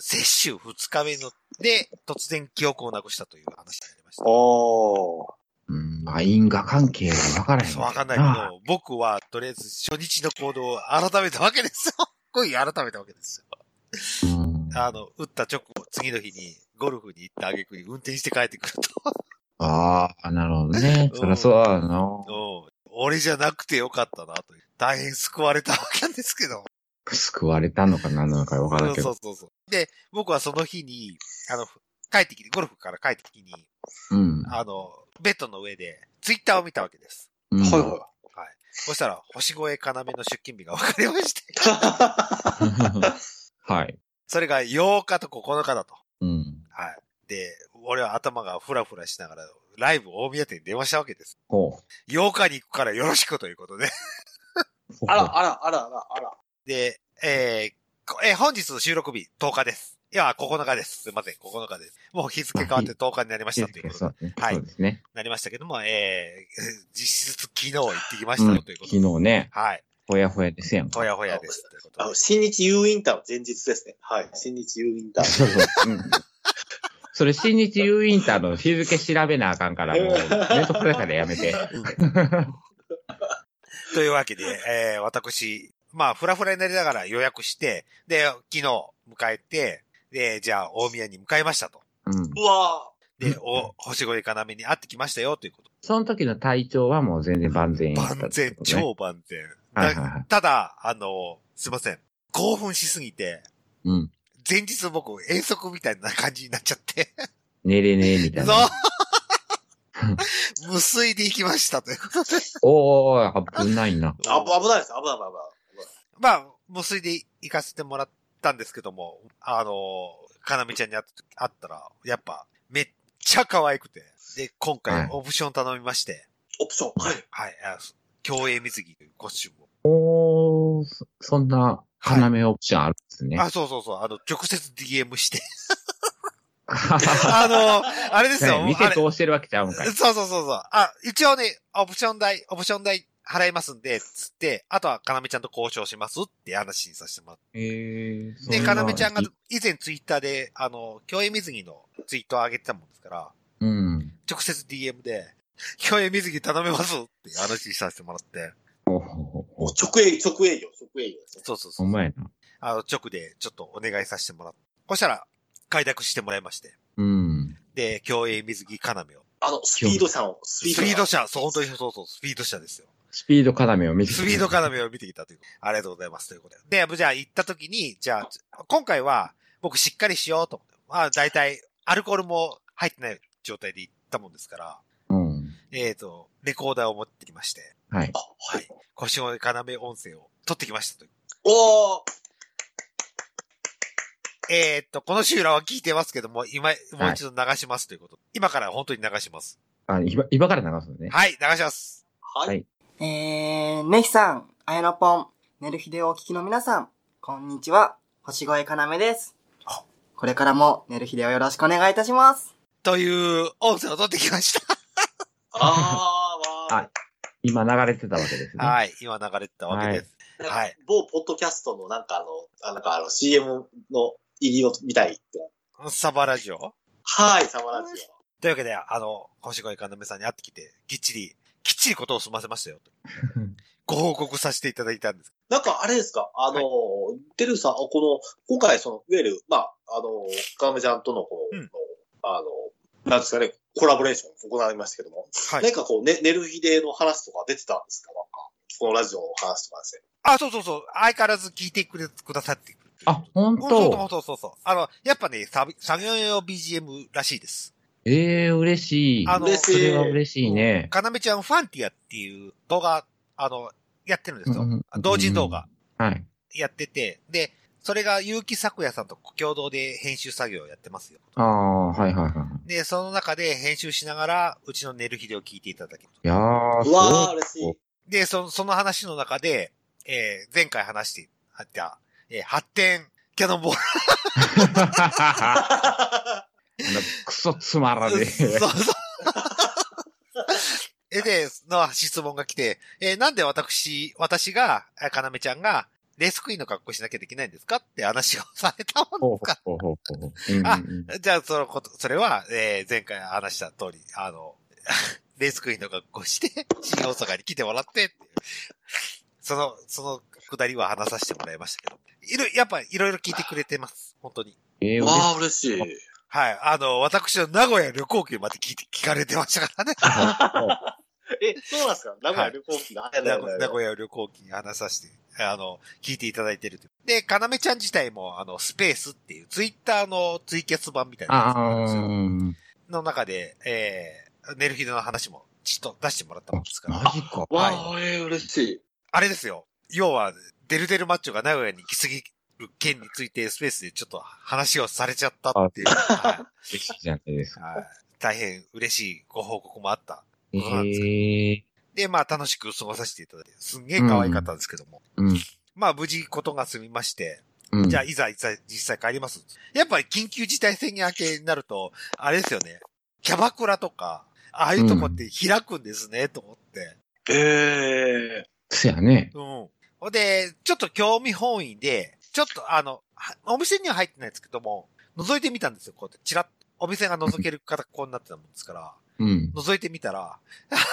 Speaker 1: 接種2日目ので突然記憶をなくしたという話になりました。
Speaker 3: おー。
Speaker 2: うん。まあ因果関係が分からへん。
Speaker 1: そうわかんないけ
Speaker 2: なあ。
Speaker 1: ど、僕はとりあえず初日の行動を改めたわけですよ。 こういう改めたわけですよ。
Speaker 2: うん
Speaker 1: あの、打った直後、次の日にゴルフに行った挙句に運転して帰ってくる
Speaker 2: ああ、なるほどね。そりゃそうだな。
Speaker 1: と、うん俺じゃなくてよかったなという。大変救われたわけなんですけど。
Speaker 2: 救われたのか何なのか分からんけ
Speaker 1: そ
Speaker 2: ど。
Speaker 1: うそうそう。で、僕はその日に、あの、帰ってきて、ゴルフから帰ってきてに、
Speaker 2: うん。
Speaker 1: あの、ベッドの上で、ツイッターを見たわけです。
Speaker 2: うん
Speaker 3: はい はい。
Speaker 1: そしたら、星越え要の出勤日が分かりまして、
Speaker 2: はい。
Speaker 1: それが8日と9日だと。
Speaker 2: うん。
Speaker 1: はい。で、俺は頭がフラフラしながら、ライブ大宮店に電話したわけです。
Speaker 2: ほ
Speaker 1: 8日に行くからよろしくということで。
Speaker 2: う。ほう
Speaker 3: あら、あら、あら、あら、あら。
Speaker 1: で、えーこえー本日の収録日10日です。いや、9日です。すいません、9日です。もう日付変わって10日になりましたということ
Speaker 2: そ
Speaker 1: に
Speaker 2: うですね。
Speaker 1: はい
Speaker 2: そうですね。
Speaker 1: なりましたけども、えー実質昨日行ってきまし
Speaker 2: う
Speaker 1: た
Speaker 2: ん
Speaker 1: よということで。
Speaker 2: 昨日ね、
Speaker 1: はい。
Speaker 2: ほやほやですやん。
Speaker 1: ほやほやです。ということ
Speaker 3: あ
Speaker 1: で
Speaker 3: の、新日 U インターの前日ですね。はい。新日 U インター。
Speaker 2: そうそう。うん それ、新日 U インターの日付調べなあかんから、もう、ネットプレからやめて。
Speaker 1: というわけで、えー私、まあ、ふらふらになりながら予約して、で、昨日迎えて、で、じゃあ、大宮に向かいましたと。
Speaker 2: うん。
Speaker 3: うわ
Speaker 1: で、お、星越えかなめに会ってきましたよ、ということ
Speaker 2: その時の体調はもう全然万全やったってこ
Speaker 1: 万
Speaker 2: とね
Speaker 1: 全、超万全。
Speaker 2: はいはいはい。
Speaker 1: ただ、あの、すいません。興奮しすぎて、
Speaker 2: うん。
Speaker 1: 前日僕遠足みたいな感じになっちゃって、
Speaker 2: 寝れねえみたい
Speaker 1: そ
Speaker 2: な。
Speaker 1: う無水で行きましたということで。
Speaker 2: おー、危ないな。
Speaker 3: あぶ危ないです。危ない危ない危ない。
Speaker 1: まあ、無水で行かせてもらったんですけども、あの、かなみちゃんに会った時会ったら、やっぱ、めっちゃ可愛くて。で、今
Speaker 2: は
Speaker 1: 回
Speaker 2: い
Speaker 1: オプション頼みまして、
Speaker 3: オプション。はい。
Speaker 1: はい、あ競泳水着というコスチュームを。
Speaker 2: おー、そそんな、
Speaker 1: はい
Speaker 2: 要オプションあるんですね。
Speaker 1: あ、そうそうそう、あの、直接 DM して。 あの、あれですよ、
Speaker 2: ね
Speaker 1: あ
Speaker 2: 店
Speaker 1: れ
Speaker 2: 通してるわけちゃうんかい
Speaker 1: そう。そうそうそう。あ、一応ね、オプション代、オプション代払いますんで、つって、あとはかなめちゃんと交渉しますって話にさせてもらっ
Speaker 2: えー、
Speaker 1: て。で、
Speaker 2: そ
Speaker 1: か
Speaker 2: な
Speaker 1: なめちゃんが
Speaker 2: い
Speaker 1: 以前ツイッターで、あの、競泳水着のツイートを上げてたもんですから、
Speaker 2: うん。
Speaker 1: 直接 DM で、競泳水着頼めますって話にさせてもらって。
Speaker 2: おほ
Speaker 3: もう
Speaker 2: ほ
Speaker 3: 直営、直営業、直営業ですね。
Speaker 1: そうそうそ
Speaker 2: ほ
Speaker 1: う。
Speaker 2: んまやな。
Speaker 1: あの、直でちょっとお願いさせてもらって。そしたら、快諾してもらいまして。
Speaker 2: うん。
Speaker 1: で、競泳水着かなめを。
Speaker 3: あの、スピード車を、ス
Speaker 1: スピード
Speaker 3: 車。
Speaker 1: 車、そう、本当にそうそう、スピード車ですよ。
Speaker 2: スピード要を見て
Speaker 1: スピード要を見てきたという。ありがとうございます。ということで。で、じゃあ行った時に、じゃあ、今回は僕しっかりしようと思って。まあ、大体、アルコールも入ってない状態で行ったもんですから、
Speaker 2: うん。
Speaker 1: えっ、と、レコーダーを持ってきまして、
Speaker 2: はい。
Speaker 3: あ、はい。
Speaker 1: 腰の要音声を撮ってきましたという。
Speaker 3: おー
Speaker 1: えっ、と、この修羅は聞いてますけども、今、もう
Speaker 2: はい
Speaker 1: 一度流しますということ。今から本当に流します。
Speaker 2: あ、今、今から流すのね。
Speaker 1: はい、流します。
Speaker 3: は
Speaker 2: はいい。
Speaker 4: えー、メヒさん、あやのぽん、ねるひでをお聞きの皆さん、こんにちは、星越かなめです。これからも、ねるひでをよろしくお願いいたします。
Speaker 1: という音声を撮ってきました。
Speaker 3: あ ー、わー
Speaker 2: あ今流れてたわけですね。
Speaker 1: はい、今流れてたわけです。
Speaker 3: なん
Speaker 1: は
Speaker 3: か
Speaker 1: い
Speaker 3: 某ポッドキャストのなんかあの、あなんかあの CM の入りのみたいって。
Speaker 1: サバラジオ
Speaker 3: はーい、サマラジオ。
Speaker 1: というわけで、あの、星越かなめさんに会ってきて、きっちり、きっちりことを済ませましたよ。ご報告させていただいたんです。
Speaker 3: なんかあれですかあの、てるさん、この、今回その、いわゆる、まあ、あの、かめちゃんとのこの、
Speaker 1: うん
Speaker 3: あの、なんですかね、コラボレーション行われましたけども、
Speaker 1: は
Speaker 3: ないん。かこう、ね、寝る日での話とか出てたんですかなんか、このラジオの話とかですね。
Speaker 1: あ、そうそうそう。相変わらず聞いてくれ、くださってくれてる
Speaker 2: あ、ほん
Speaker 1: うんそう
Speaker 2: と
Speaker 1: そうそうそう。あの、やっぱね、作作業用 BGM らしいです。
Speaker 2: ええー、嬉しい。
Speaker 1: あの
Speaker 3: 嬉
Speaker 2: そ
Speaker 3: しい
Speaker 2: れ。は嬉しいね。
Speaker 1: かなめちゃんファンティアっていう動画、あの、やってるんですよ
Speaker 2: うんうん。うん
Speaker 1: 同人動画
Speaker 2: はい。
Speaker 1: やってて、で、それが結城作也さんと共同で編集作業をやってますよ。
Speaker 2: ああ、はいはいはい。
Speaker 1: で、その中で編集しながら、うちの寝る日でを聞いていただけると。
Speaker 2: いやー、
Speaker 3: うわー、嬉し
Speaker 2: そ。
Speaker 3: いう
Speaker 1: で、そその話の中で、えー前回話してあった、えー発展、キャノンボール。
Speaker 2: あのクソつまらねえ。
Speaker 1: そうそう。え、で、の質問が来て、えーなんで私、私が、あかなめちゃんが、レースクイーンの格好しなきゃできないんですかって話をされたも
Speaker 2: ほ
Speaker 1: ん
Speaker 2: う
Speaker 1: ですか。
Speaker 2: ほうほうほう。うんうん
Speaker 1: あ
Speaker 2: うん
Speaker 1: じゃあ、そのこと、それは、えー前回話した通り、あの、 レースクイーンの格好して、新大阪に来てもらってっていうその、そのくだりは話させてもらいましたけど。いろ、やっぱ、いろいろ聞いてくれてます。本当に。
Speaker 2: ええ、
Speaker 3: う
Speaker 2: 嬉
Speaker 3: わ
Speaker 2: しい。
Speaker 3: ー、嬉しい。
Speaker 1: はい。あの、私の名古屋旅行券まで聞いて、聞かれてましたからね。
Speaker 3: え、そうなんですか名古屋旅行機の、はい
Speaker 1: 名古名古屋を旅行機に話させて、あの、聞いていただいてるという。で、かなめちゃん自体も、あの、スペースっていう、ツイッターのツイキャス版みたいなや
Speaker 2: あ
Speaker 1: つがあるんですよ
Speaker 2: ー、うん
Speaker 1: の中で、えー、ネルヒデの話も、ちょっと出してもらったもんですから。
Speaker 2: マジか。
Speaker 3: わー、えー、嬉しい。
Speaker 1: あれですよ。要は、デルデルマッチョが名古屋に行き過ぎる件について、スペースでちょっと話をされちゃったっていう。は
Speaker 2: 嬉しいじゃないです
Speaker 1: い。
Speaker 2: か。
Speaker 1: はい。大変嬉しいご報告もあった。
Speaker 2: え
Speaker 1: そうなんです
Speaker 2: え、
Speaker 1: で、まあ、楽しく過ごさせていただいて、すんげえ可愛かったんですけども。
Speaker 2: うん。
Speaker 1: まあ、無事ことが済みまして、
Speaker 2: うん
Speaker 1: じゃあ、いざ、いざ、実際帰ります。やっぱり緊急事態宣言明けになると、あれですよね。キャバクラとか、ああいうとこって開くんですね、と思って。
Speaker 3: ええ
Speaker 2: そやね。
Speaker 1: うん。ほんで、ちょっと興味本位で、ちょっとあの、はお店には入ってないですけども、覗いてみたんですよ、こうやって。チラッと。お店が覗ける方、こうになってたもんですから、
Speaker 2: うん。
Speaker 1: 覗いてみたら、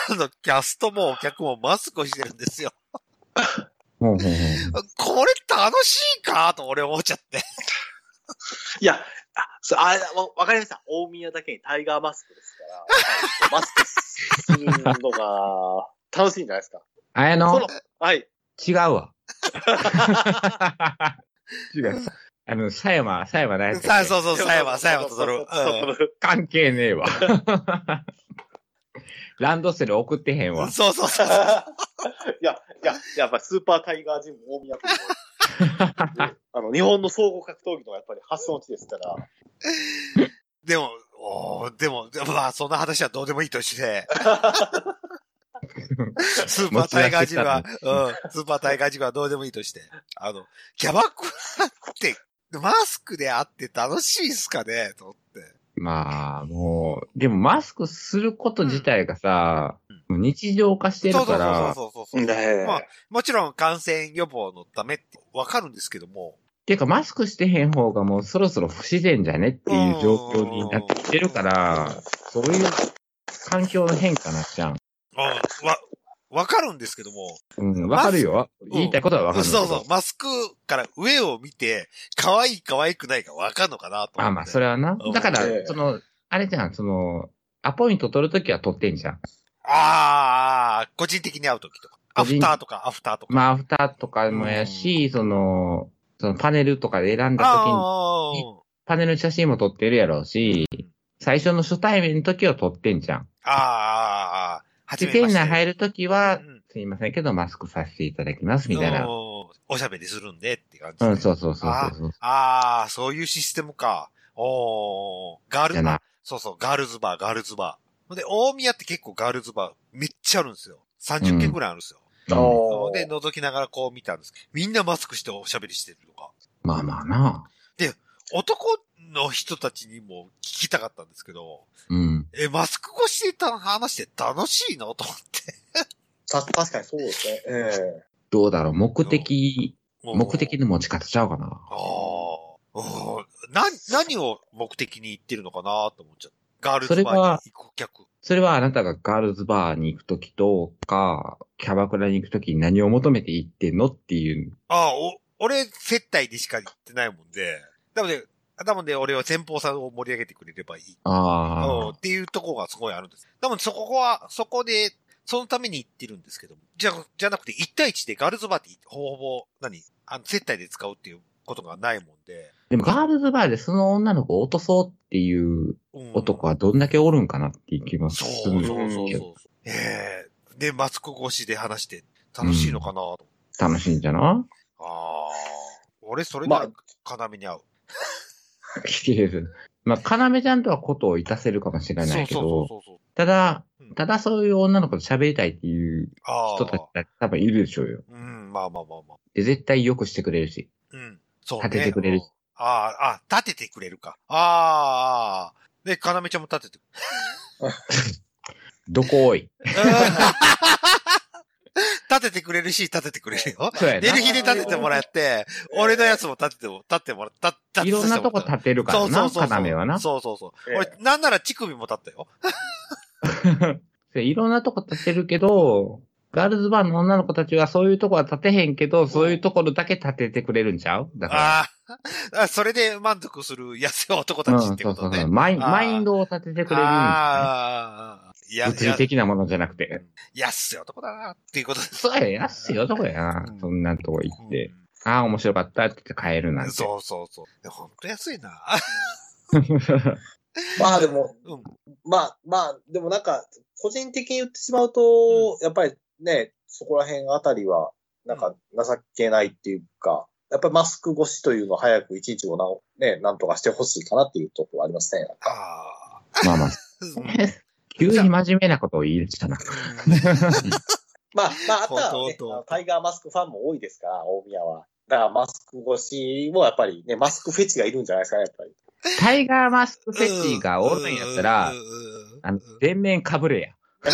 Speaker 1: あの、キャストもお客もマスクをしてるんですよ。
Speaker 2: ほうほうほう。
Speaker 1: これ楽しいかと俺思っちゃって。
Speaker 3: いや、あ、そうあわわかりました。大宮だけにタイガーマスクですから、マスクするのが、楽しいんじゃないですか。
Speaker 2: あやの
Speaker 3: この、はい。
Speaker 2: 違うわ。 違う。あの、狭山、狭山大好き。
Speaker 1: さあ、そうそう、さやま、さやまとそる。う
Speaker 3: そ
Speaker 1: ん
Speaker 3: うそうそう
Speaker 2: 関係ねえわ。 ランドセル送ってへんわ。
Speaker 1: そうそうそう。
Speaker 3: いや、いや、やっぱスーパータイガージム大宮とかあの、日本の総合格闘技のやっぱり発想の地ですから。
Speaker 1: でも、おーでも、まあ、そんな話はどうでもいいと して。スーパータイガージムは、うん、スーパータイガージムはどうでもいいとして。あの、キャバクラって、マスクで会って楽しいっすかねと思って。
Speaker 2: まあ、もう、でもマスクすること自体がさ、もう日常化してるから、
Speaker 1: そうそうそうそうそう。
Speaker 3: ね
Speaker 1: まあ、もちろん感染予防のためってわかるんですけども。
Speaker 2: ていうかマスクしてへん方がもうそろそろ不自然じゃねっていう状況になってきてるから、そういう環境の変化なっちゃ
Speaker 1: う
Speaker 2: う。
Speaker 1: ん、わ、わかるんですけども。
Speaker 2: うん、わかるよ。言いたいことはわかるんだけ
Speaker 1: そ
Speaker 2: ど。
Speaker 1: うそう、マスクから上を見て、可愛い可愛くないかわかんのかなと思って。
Speaker 2: まあまあ、それはな
Speaker 1: うん。
Speaker 2: だから
Speaker 3: ええ、
Speaker 2: その、あれじゃん、その、アポイント取るときは取ってんじゃん。
Speaker 1: ああ、個人的に会うときとか。ア
Speaker 2: 個
Speaker 1: フ
Speaker 2: 人
Speaker 1: ターとか、アフターとか。
Speaker 2: まあ、アフターとかもやし、その、そのパネルとかで選んだときに、
Speaker 1: あー
Speaker 2: パネルの写真も撮ってるやろうし、最初の初対面の時は撮ってんじゃん。
Speaker 1: あー、あーあー、は
Speaker 2: で、店内入
Speaker 1: る
Speaker 2: る時は、すいませんけど、マスクさせていただきます、みたいな。
Speaker 1: おしゃべりするんでって感じ
Speaker 2: う
Speaker 1: で。
Speaker 2: ん、そうそうそうそう。
Speaker 1: ああ、そういうシステムか。おー、ガール
Speaker 2: じ
Speaker 1: ズ
Speaker 2: ゃ
Speaker 1: バー
Speaker 2: な。。
Speaker 1: そうそう、ガールズバー、ガールズバー。ほんで、大宮って結構ガールズバーめっちゃあるんですよ。30件ぐらいあるんですよ。
Speaker 2: うん
Speaker 1: ほんで、覗きながらこう見たんですけど、みんなマスクしておしゃべりしてるとか。
Speaker 2: まあまあな。
Speaker 1: 男の人たちにも聞きたかったんですけど、
Speaker 2: うん。
Speaker 1: え、マスク越しでた話して楽しいのと思って。
Speaker 3: た、確かにそうですね。え
Speaker 2: どうだろう、目的、 目的
Speaker 1: の。
Speaker 2: の持ち方ちゃうかな。
Speaker 1: ああ。うんな、何を目的に言ってるのかなと思っちゃう。ガールズバーに行く客。
Speaker 2: それはあなたがガールズバーに行くときとか、キャバクラに行くときに何を求めて行ってんのっていう。
Speaker 1: ああ、お、俺、接待でしか行ってないもんで。なので、なので俺は先方さんを盛り上げてくれればいい。うん
Speaker 2: あ
Speaker 1: っていうところがすごいあるんです。なのでそこは、そこで、そのために行ってるんですけども。じゃ、じゃなくて1対1でガールズバーってほぼほぼ、何あの、接待で使うっていうことがないもんで。
Speaker 2: あ。でもガールズバーでその女の子を落とそうっていう
Speaker 1: うん
Speaker 2: 男はどんだけおるんかなっていう気もす
Speaker 1: そ
Speaker 2: る
Speaker 1: う。
Speaker 2: ん
Speaker 1: そう
Speaker 2: です
Speaker 1: そうそう
Speaker 2: けど。
Speaker 1: そう。ええで、マスク越しで話して楽しいのかなと。
Speaker 2: 楽しいん じゃな
Speaker 1: ああ。俺、そ
Speaker 3: え
Speaker 1: れ
Speaker 3: ま
Speaker 1: な
Speaker 3: あ
Speaker 1: ら、、要に合う。
Speaker 2: いですまあ、かなめちゃんとはことをいたせるかもしれないけど、
Speaker 1: そうそう。
Speaker 2: ただ
Speaker 1: うん、
Speaker 2: ただそういう女の子と喋りたいっていう
Speaker 1: あ
Speaker 2: 人たち
Speaker 1: あ。
Speaker 2: だって多分いるでしょうよ。
Speaker 1: うん、まあまあまあまあ。
Speaker 2: で、絶対良くしてくれるし。
Speaker 1: うん。そうね。
Speaker 2: 立ててくれる
Speaker 1: うんああ、ああ、立ててくれるか。ああ。で、要ちゃんも立ててく
Speaker 2: どこ多い。
Speaker 1: れる。立ててくれるし、立ててくれるよ。
Speaker 2: そう や
Speaker 1: 寝
Speaker 2: な
Speaker 1: る。 日で立ててもらって、俺のやつも立てても、立ってもらった、立てさせ
Speaker 2: い
Speaker 1: てもら
Speaker 2: ろん
Speaker 1: った
Speaker 2: なとこ立てるか
Speaker 1: そ
Speaker 2: ら
Speaker 1: うそ
Speaker 2: な、
Speaker 1: うそうそう。
Speaker 2: 要はな。
Speaker 1: そうそうそう。
Speaker 3: ええ
Speaker 1: 俺、なんなら乳首も立ったよ。
Speaker 2: でいろんなとこ立てるけど、ガールズバーの女の子たちはそういうとこは立てへんけど、そういうところだけ立ててくれるんちゃうだか
Speaker 1: あーあ、それで満足する痩せ男た
Speaker 2: ら。
Speaker 1: ちって
Speaker 2: そ
Speaker 1: こ
Speaker 2: うそ
Speaker 1: と
Speaker 2: うそう。
Speaker 1: ね。
Speaker 2: マイン
Speaker 1: あー
Speaker 2: マインドを立ててくれるんじゃ
Speaker 1: ああ、い
Speaker 2: な
Speaker 1: や、
Speaker 2: い物理的なものじゃなくて。
Speaker 1: いや安い男だな、っていうことです。
Speaker 2: そうや、安いよ、どこやな
Speaker 1: うん。
Speaker 2: そんなとこ行って。ああ、面白かったって言って帰るなんて。
Speaker 1: そうそうそうで。ほんと安いな。
Speaker 3: まあでも、
Speaker 1: うん。
Speaker 3: まあまあ、でもなんか、個人的に言ってしまうと、やっぱりね、そこら辺あたりは、なんか情けないっていうか、やっぱりマスク越しというのを早く一日もなお、ね、なんとかしてほしいかなっていうところはありますね。
Speaker 1: ああ。
Speaker 2: まあまあ、
Speaker 1: うん
Speaker 2: 急に真面目なことを言い出したな。
Speaker 3: まあ、まあ、あとは、
Speaker 1: ほん
Speaker 3: ね
Speaker 1: とほんと、
Speaker 3: あのタイガーマスクファンも多いですから、大宮は。だからマスク越しもやっぱりね、マスクフェチがいるんじゃないですかね、やっぱり。
Speaker 2: タイガーマスクフェチがおるんやったら
Speaker 1: うん、うん
Speaker 2: あの、全面かぶれや。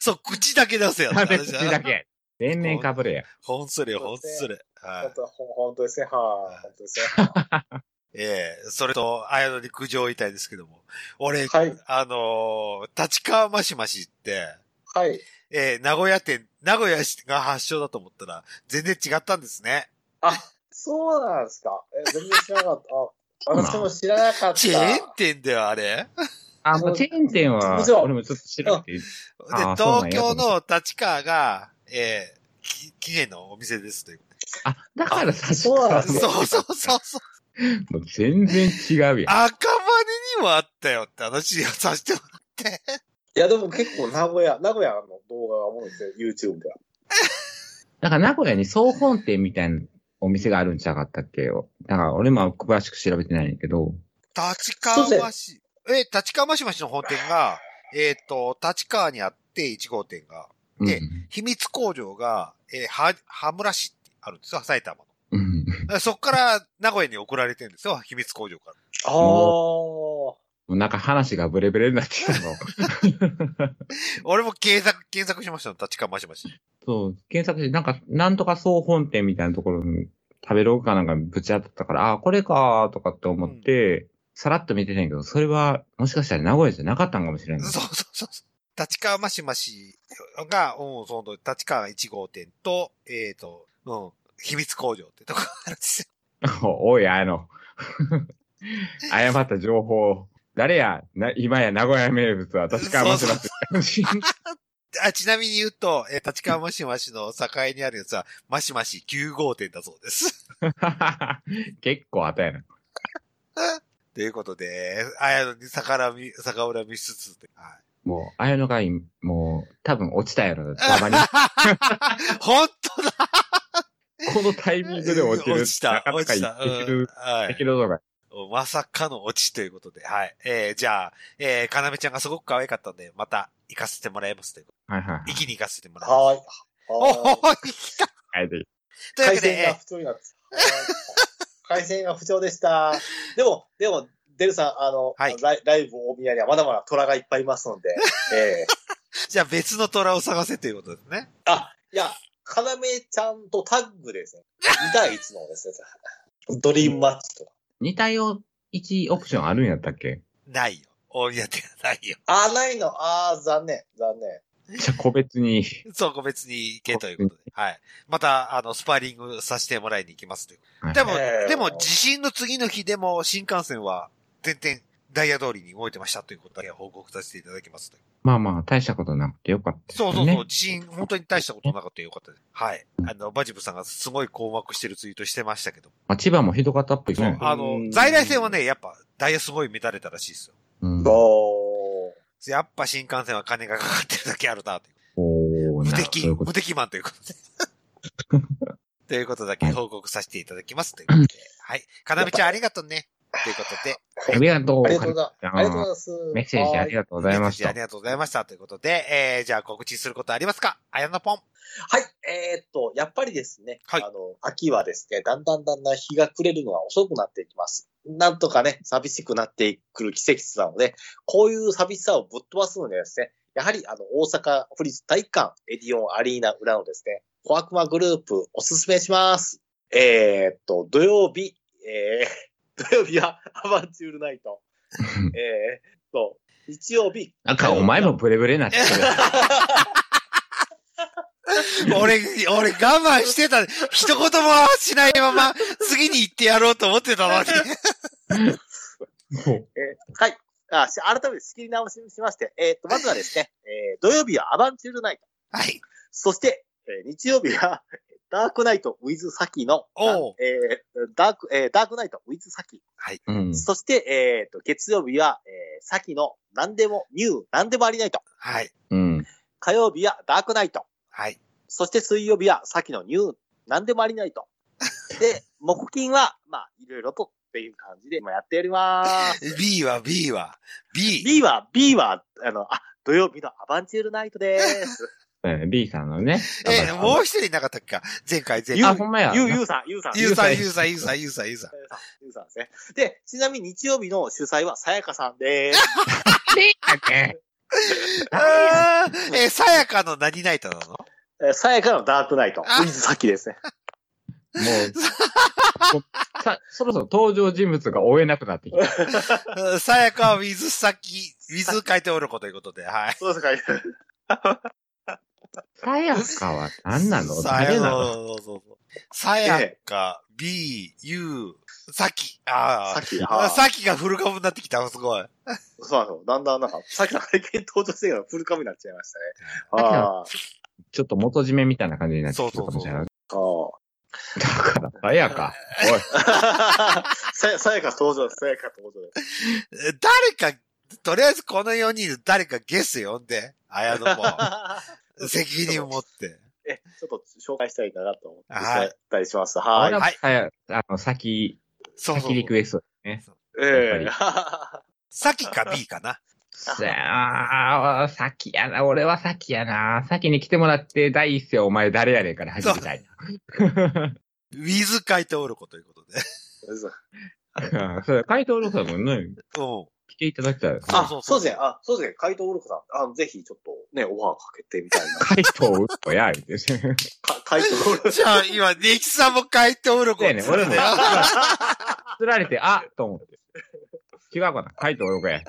Speaker 1: そう、口だけ出せよって
Speaker 2: 食べ
Speaker 1: 話
Speaker 2: 口
Speaker 1: だ
Speaker 2: だ。けや。全面かぶれや。
Speaker 1: ほんそれ、ほんそれ。はい
Speaker 3: 本当ほん本当ですね、はい、本当ですね。
Speaker 1: ええそれと、あやのに苦情を言いたいですけども。俺、
Speaker 3: はい
Speaker 1: あのー立川マシマシって、
Speaker 3: はい。
Speaker 1: ええ名古屋店、名古屋市が発祥だと思ったら、全然違ったんですね。
Speaker 3: そうなんですか。え、全然知らなかった。あ、私も知らなかった。
Speaker 1: チェーン店だよ、あれ。
Speaker 2: あ、もうチェーン店は
Speaker 3: そうそう、
Speaker 2: 俺もちょっと調べて。
Speaker 1: で
Speaker 2: あ、ーそうなん
Speaker 1: 東京
Speaker 2: や
Speaker 1: の立川が、えー、き期限のお店ですという。
Speaker 2: あ、だから確か
Speaker 3: そうなんで
Speaker 1: そう
Speaker 3: す
Speaker 1: そうそうそう。
Speaker 2: もう全然違うやん。
Speaker 1: 赤羽にもあったよって話をさせてもらって。
Speaker 3: いや、でも結構名古屋、名古屋の動画がおもろいですよ、YouTube では。
Speaker 2: だから名古屋に総本店みたいなお店があるんちゃうかったっけよ。だから俺も詳しく調べてないんやけど、
Speaker 1: 立川市、え、立川市町の本店が、えっ、と、立川にあって1号店が、
Speaker 2: うん
Speaker 1: で秘密工場が、えー、は、羽村市ってあるんですよ、埼玉の。
Speaker 2: うん。
Speaker 1: だからそっから名古屋に送られてるんですよ、秘密工場から。
Speaker 3: ああ。
Speaker 2: もうなんか話がブレブレになってきた の。
Speaker 1: 俺も検索、検索しましたよ、立川市町。
Speaker 2: そう、検索して、なんか、なんとか総本店みたいなところに食べログかなんかぶち当たったから、あー、これかーとかって思って、さらっと見てたんやけど、それは、もしかしたら名古屋じゃなかったんかもしれんない。
Speaker 1: そうそうそうそう。立川マシマシが、うん、その、立川1号店と、えっ、と、うん、秘密工場ってとこがあるんですよ。
Speaker 2: おい、あの、 誤った情報。誰やな、今や名古屋名物は確か
Speaker 1: そう
Speaker 2: 間違ってた
Speaker 1: あ、ちなみに言うと、えー立川マシマシの境にあるやつは、マシマシ9号店だそうです。
Speaker 2: 結構あたやな。
Speaker 1: ということで、あやのに逆恨み、逆恨みしつつで、はい。
Speaker 2: もう、あやのが今、もう、多分落ちたやろな。たまに、
Speaker 1: 本当だ
Speaker 2: このタイミングで落ちる。
Speaker 1: 落ちた、
Speaker 2: なか
Speaker 1: 落
Speaker 2: な
Speaker 1: ちた。
Speaker 2: かでき
Speaker 1: うん
Speaker 2: る、
Speaker 1: は
Speaker 2: で
Speaker 1: い
Speaker 2: き。るのが。
Speaker 1: まさかの落ちということで、はい。えー、じゃあ、えー、かなめちゃんがすごく可愛かったんで、また行かせてもらいますというこ
Speaker 2: はいはいはい
Speaker 1: と。。生きに行かせてもらいます。
Speaker 3: はーい。
Speaker 1: お
Speaker 3: はーい。
Speaker 1: お生きた
Speaker 2: あえて
Speaker 1: というわ
Speaker 3: 回
Speaker 1: けで、
Speaker 3: 線が
Speaker 1: え
Speaker 3: 不調になってた。回線が不調でした。でも、でも、デルさん、あの、
Speaker 1: はい
Speaker 3: ライライブ大宮にはまだまだ虎がいっぱいいますので、ええ
Speaker 1: ーじゃあ別の虎を探せということですね。
Speaker 3: あ、いや、カナメちゃんとタッグですね。2対1のですね。ドリームマッチとか。
Speaker 2: 2対1オプションあるんやったっけ
Speaker 1: ないよ。大宮店はないよ。
Speaker 3: あ、ないの。あー、残念。残念。
Speaker 2: じゃあ個別に。
Speaker 1: そう、個別に行けということで。はい。また、あの、スパーリングさせてもらいに行きますという。
Speaker 2: はい
Speaker 1: でも、
Speaker 3: えー
Speaker 1: でも、地震の次の日でも、新幹線は、全然、ダイヤ通りに動いてましたということだけ報告させていただきますという。
Speaker 2: まあまあ、大したことなくてよかったです
Speaker 1: そ
Speaker 2: よ
Speaker 1: う
Speaker 2: ね。
Speaker 1: そうそう、地震、本当に大したことなかったよかったです。はい。あの、バジブさんがすごい困惑してるツイートしてましたけど。
Speaker 2: まあ、千葉もひどかったっぽい
Speaker 1: そう
Speaker 2: ね。
Speaker 1: あの
Speaker 3: う、ん
Speaker 1: 在来線はね、やっぱ、ダイヤすごい乱れたらしいですよ。
Speaker 2: うん
Speaker 3: おー。
Speaker 1: やっぱ新幹線は金がかかってるだけあるな、という。
Speaker 2: おー
Speaker 1: 無
Speaker 2: な
Speaker 1: 敵、
Speaker 2: そういうこ
Speaker 1: 無
Speaker 2: と。
Speaker 1: 敵マンということで。 ということだけ報告させていただきます。ということで。はい。かなめちゃんありがとうね。ということで。
Speaker 2: ありがとう。
Speaker 3: ありがとうございます。
Speaker 2: あ
Speaker 3: ありがとうございます。
Speaker 2: メッセージありがとうございまし
Speaker 1: メッセージあ
Speaker 2: た
Speaker 1: り。がとうございました。ということで、えー、じゃあ告知することありますかあやのぽん。
Speaker 3: はい、えーっと、やっぱりですね、
Speaker 1: はい
Speaker 3: あの、秋はですね、だんだんだんだん日が暮れるのが遅くなっていきます。なんとかね、寂しくなってくる季節なので、こういう寂しさをぶっ飛ばすのにはですね、やはりあの、大阪府立体育館エディオンアリーナ裏のですね、小悪魔グループおすすめします。えーっと、土曜日、えー、 土曜日はアバンチュールナイト。えーっと、日曜日。
Speaker 2: なんか、お前もブレブレになってる。
Speaker 1: 俺、俺我慢してた。一言もしないまま、次に行ってやろうと思ってた のに。
Speaker 2: そう
Speaker 3: えーはい。あ、し改めて仕切り直ししまして、えーっと、まずはですね、えー土曜日はアバンチュールナイト。
Speaker 1: はい。
Speaker 3: そして、えー日曜日は、 えーダークナイト with サキの、
Speaker 1: おう
Speaker 3: えーダーク、えーダークナイト with サキ。
Speaker 2: うん。
Speaker 3: そして、えーっと、月曜日は、えー、サキの何でもニュー、何でもありナイト。
Speaker 1: はい。
Speaker 2: うん。
Speaker 3: 火曜日はダークナイト。
Speaker 1: はい。
Speaker 3: そして水曜日はサキのニュー、何でもありナイト。で、木金は、まあ、いろいろとっていう感じで今やっております。
Speaker 1: B は B は B。
Speaker 3: B は、B は、あの、あ、土曜日のアバンチュールナイトです。
Speaker 2: えー B さんのね。
Speaker 1: えー、もう一人いなかったっけか前回、前
Speaker 3: ゆ
Speaker 1: 回。
Speaker 2: あ、ほんまや。
Speaker 3: ゆう、ゆうさん、ゆうさん。
Speaker 1: ゆうさん、ゆ
Speaker 2: ゆ
Speaker 1: うさん、ゆうさん、ゆうさん、ゆうさん。
Speaker 3: ゆうさんですね。で、ちなみに日曜日の主催はさやかさんです。
Speaker 2: B だっけ
Speaker 1: あーえー、さやかの何ナイトなの
Speaker 3: えーさやかのダークナイト。
Speaker 1: あ
Speaker 3: ウィズサキですね。
Speaker 2: もう、さ、そろそろ登場人物が追えなくなってきた。
Speaker 1: うんさやかは with 先、with 書いておる子ということで、はい。
Speaker 3: そうですか。
Speaker 2: さやかは何なの
Speaker 1: さや
Speaker 2: 誰なの
Speaker 1: そうそうそうさやか、B、U、さき。あ
Speaker 3: さっき、
Speaker 1: あ。
Speaker 3: あ
Speaker 1: あさきがフル株になってきた。すごい。
Speaker 3: そうそう、だんだんなんか、さっきの拝見登場してからフルカムになっちゃいましたね。
Speaker 2: さっきの
Speaker 3: ああ、あ
Speaker 2: ちょっと元締めみたいな感じになってきたかもしれない。
Speaker 3: あ。
Speaker 2: だから、さやか。おい、
Speaker 3: さや、さやか登場です。さやか登場です。
Speaker 1: 誰か、とりあえずこの4人で誰かゲス呼んで、綾野 も。責任持って。
Speaker 3: え、ちょっと紹介したいかなと思って、
Speaker 1: はい
Speaker 3: やったりします。はい。
Speaker 1: はい
Speaker 2: さや、あの、先、
Speaker 1: そうそ
Speaker 2: 先
Speaker 1: う
Speaker 2: リ。クエストですね。
Speaker 3: ええ
Speaker 2: やっ
Speaker 1: さきか B か な。
Speaker 2: さあ、先やな、俺は先やな。先に来てもらって、第一声お前誰やねんから始めたい。
Speaker 1: ウィズ回答おるこということで。
Speaker 2: うんそれ、回答録だもんね。
Speaker 1: うん。
Speaker 2: 来ていただきたい。
Speaker 3: あ、
Speaker 1: そうそうそう
Speaker 3: そうですね。あ、そうですね。海藤ウルフさん。あぜひ、ちょっとね、オファーかけてみた いな。
Speaker 2: 回答うっとや、言うて。
Speaker 3: か海藤ウルフ
Speaker 1: じゃあ、今、ネキさんも回答力
Speaker 2: そ
Speaker 1: を
Speaker 2: うやね、俺も、釣られて、あと思って。違うかな回答録や。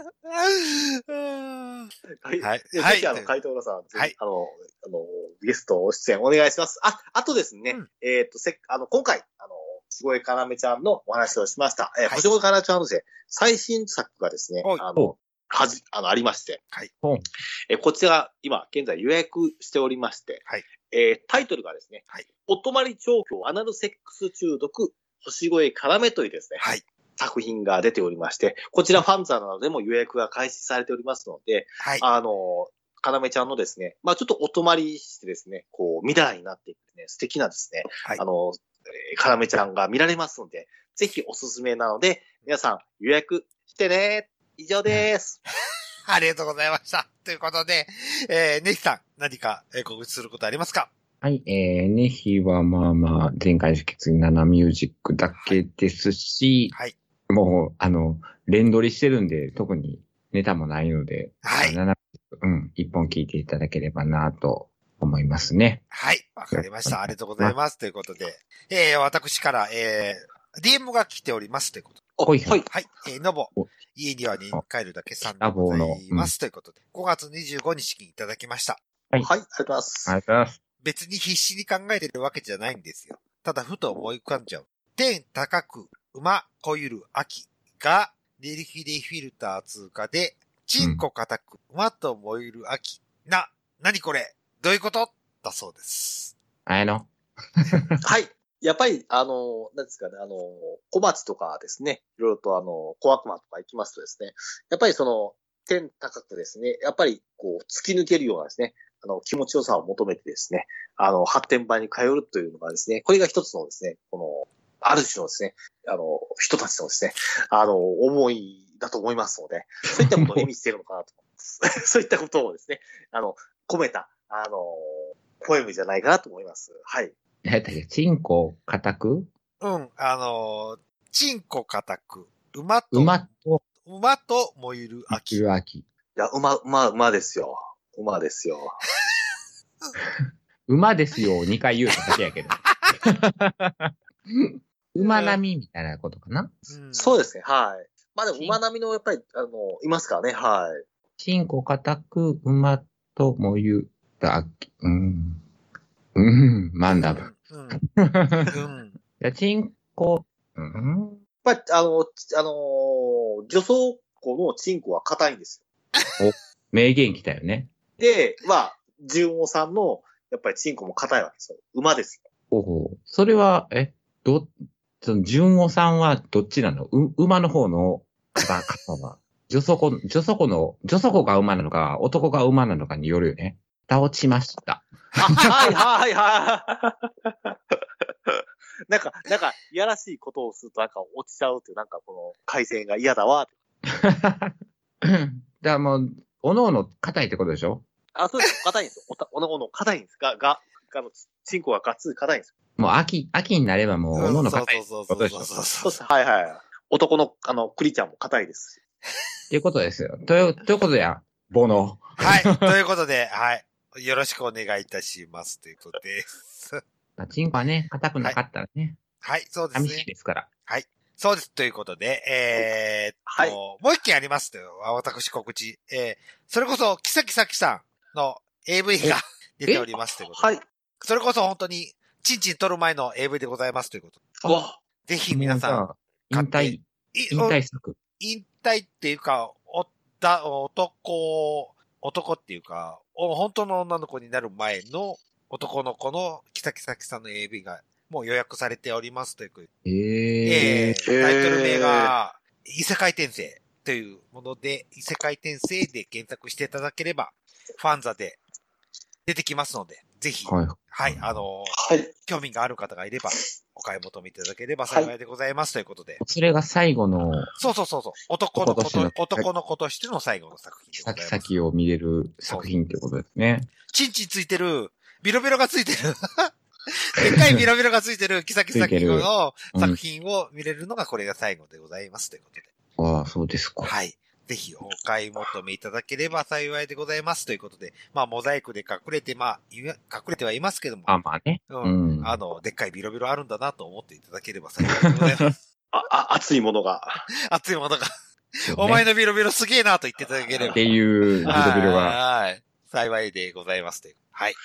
Speaker 3: さん。
Speaker 1: は
Speaker 3: はいい。
Speaker 1: はい
Speaker 3: ぜひ、あの、海藤ウルフさん、
Speaker 1: は
Speaker 3: はいい。あの、あの、ゲスト出演お願いします。あ、あとですね、
Speaker 1: うん
Speaker 3: えっと、せっ、あの、今回、あの、すごいかなめちゃんのお話をしました。えー、
Speaker 1: はい
Speaker 3: 星越かなめちゃんのですね、最新作がですね
Speaker 1: おい、
Speaker 3: あ
Speaker 2: お
Speaker 3: の、はじ、あの、ありまして。
Speaker 1: はい
Speaker 2: ほん
Speaker 3: えーこちら、今、現在予約しておりまして、
Speaker 1: はい
Speaker 3: えータイトルがですね、
Speaker 1: はい
Speaker 3: お泊まり調教アナルセックス中毒、星越絡めというですね、
Speaker 1: はい
Speaker 3: 作品が出ておりまして、こちらファンザーなどでも予約が開始されておりますので、
Speaker 1: はい。
Speaker 3: あの、かなめちゃんのですね、まあちょっとお泊まりしてですね、こう、未来になっていくね、素敵なですね、
Speaker 1: はい
Speaker 3: あの、えーかなめちゃんが見られますので、ぜひおすすめなので、皆さん予約してね。以上です。
Speaker 1: ありがとうございました。ということで、えー、ネキさん、何か、えー告知することありますか
Speaker 2: はい、えー、ね、日はまあまあ、前回の引き継ぎ7ミュージックだけですし、
Speaker 1: はい。
Speaker 2: もう、あの、連撮りしてるんで、特にネタもないので、
Speaker 1: はい
Speaker 2: 7うん、一本聞いていただければなと思いますね。
Speaker 1: はい。わかりました。ありがとうございます。ということで、えー、私から、えー、DM が来ておりますということで
Speaker 3: あ
Speaker 2: ほいほい。
Speaker 1: はい。えー、のぼ
Speaker 2: お、
Speaker 1: 家にはね、帰るだけさんでございます。ということで、5月25日にいただきました。
Speaker 2: はい
Speaker 3: はい、ありがとうございます。
Speaker 2: ありがとうございます。
Speaker 1: 別に必死に考えてるわけじゃないんですよ。ただ、ふと思い浮かんじゃう。天高く、馬、こゆる、秋が、練りひでフィルター通過で、チンコ固く、馬と燃える秋。な、なにこれどういうことだそうです。
Speaker 2: あやの。
Speaker 3: はい。やっぱり、あの、なんですかね、あの、小町とかですね、いろいろとあの、小悪魔とか行きますとですね、やっぱりその、天高くですね、やっぱりこう、突き抜けるようなですね、あの、気持ちよさを求めてですね、あの、発展場に通るというのがですね、これが一つのですね、この、ある種のですね、あの、人たちのですね、あの、思いだと思いますので、そういったことを意味しているのかなと思います。 そういったことをですね、あの、込めた、あの、ポエムじゃないかなと思います。はい。
Speaker 2: 何やったっけチンコ固く
Speaker 1: うん、あのーチンコ固く、馬と、
Speaker 2: 馬と
Speaker 1: 馬と燃える秋。
Speaker 2: 秋秋。
Speaker 3: いや、馬、馬、馬ですよ。馬ですよ。
Speaker 2: 馬ですよ、2回言うただ けやけど。馬並みみたいなことかな
Speaker 1: うん
Speaker 3: そうですね、はい。まあでも
Speaker 2: うん
Speaker 3: 馬並みの、やっぱり、あの、いますからね、はい。
Speaker 2: チンコ固く、馬とも言うた秋。うん。うん、マンダ ム。
Speaker 1: うん。
Speaker 2: い
Speaker 1: うん。
Speaker 2: や、チンコ、うん。
Speaker 3: やっぱり、あの、ちあのー女装庫のチンコは硬いんです
Speaker 2: 名言来たよね。
Speaker 3: よ。で、まあ、純王さんの、やっぱりチンコも硬いわけですよ。馬ですよ。
Speaker 2: おお。それは、え、ど、その、純おさんはどっちなのう、馬の方の方、方は。 女祖子、女祖子の、女祖子が馬なのか、男が馬なのかによるよね。倒ちました。
Speaker 3: あはい、はい、はい。 なんか、なんか、いやらしいことをすると、なんか落ちちゃうっていう、なんかこの、回線が嫌だわ。
Speaker 2: だからもう、おのおの硬いってことでしょ
Speaker 3: あ、そうです。硬いんですよ。おた、おのおの硬いんです。が、が、あの、チンコがガッツリ硬いんですよ
Speaker 2: もう秋、秋になればもう、おのおの硬いっ
Speaker 1: そうそ
Speaker 2: こ
Speaker 1: う
Speaker 2: とでし
Speaker 1: そ
Speaker 2: ょ
Speaker 1: う
Speaker 2: っ
Speaker 1: そう
Speaker 3: そ
Speaker 1: そう
Speaker 3: うです。はいはい。男の、あの、クリちゃんも硬いです。
Speaker 2: ていうことですよ。という、ということや、ボノ。
Speaker 1: はい。ということで、はい。よろしくお願いいたします。ということです。
Speaker 2: まあ、チンコはね、硬くなかったらね、
Speaker 1: はい、そうです
Speaker 2: 寂しい
Speaker 1: ね。
Speaker 2: ですから。
Speaker 1: そうです。ということで、えーっと、
Speaker 3: はい
Speaker 1: もう一件ありますという、私告知。えー、それこそ、キサキサキさんの AV が 出ておりますということで。
Speaker 3: はい。
Speaker 1: それこそ本当に、チンチン取る前の AV でございますということ。
Speaker 3: うわ、
Speaker 1: ぜひ皆さん、
Speaker 2: もうさ引退、
Speaker 1: い
Speaker 2: 引退作。
Speaker 1: 引退っていうか、おだ男、男っていうか、お本当の女の子になる前の男の子のキサキサキさんの AV がもう予約されておりますということで。
Speaker 2: え
Speaker 1: え
Speaker 2: え
Speaker 1: えタイトル名が、異世界転生というもので、異世界転生で検索していただければ、ファンザで出てきますので、ぜひ、
Speaker 2: はい。
Speaker 1: はい、あの、
Speaker 3: はい。
Speaker 1: 興味がある方がいれば、お買い求めいただければ幸いでございますということで。
Speaker 2: それが最後の、
Speaker 1: そうそうそうそう。男のこと、
Speaker 2: 今年の
Speaker 1: 男の子としての最後の作品でございます。
Speaker 2: 先々を見れる作品ってことですね。
Speaker 1: チンチンついてる、ビロビロがついてる。でっかいビロビロがついてる、キサキサキの
Speaker 2: うん
Speaker 1: 作品を見れるのがこれが最後でございますということで。
Speaker 2: ああ、そうですか。
Speaker 1: はい。ぜひお買い求めいただければ幸いでございますということで。まあ、モザイクで隠れて、まあ、いわ隠れてはいますけども、
Speaker 2: あ、まあね。
Speaker 1: う。
Speaker 2: うんん。
Speaker 1: あの、でっかいビロビロあるんだなと思っていただければ幸いでございます。
Speaker 3: あ、あ、熱いものが。
Speaker 1: 熱いものが、
Speaker 2: そうね
Speaker 1: お前のビロビロすげえなと言っていただければ
Speaker 2: っ。ていうビロビロが。
Speaker 1: はいはい。幸いでございますという。はい。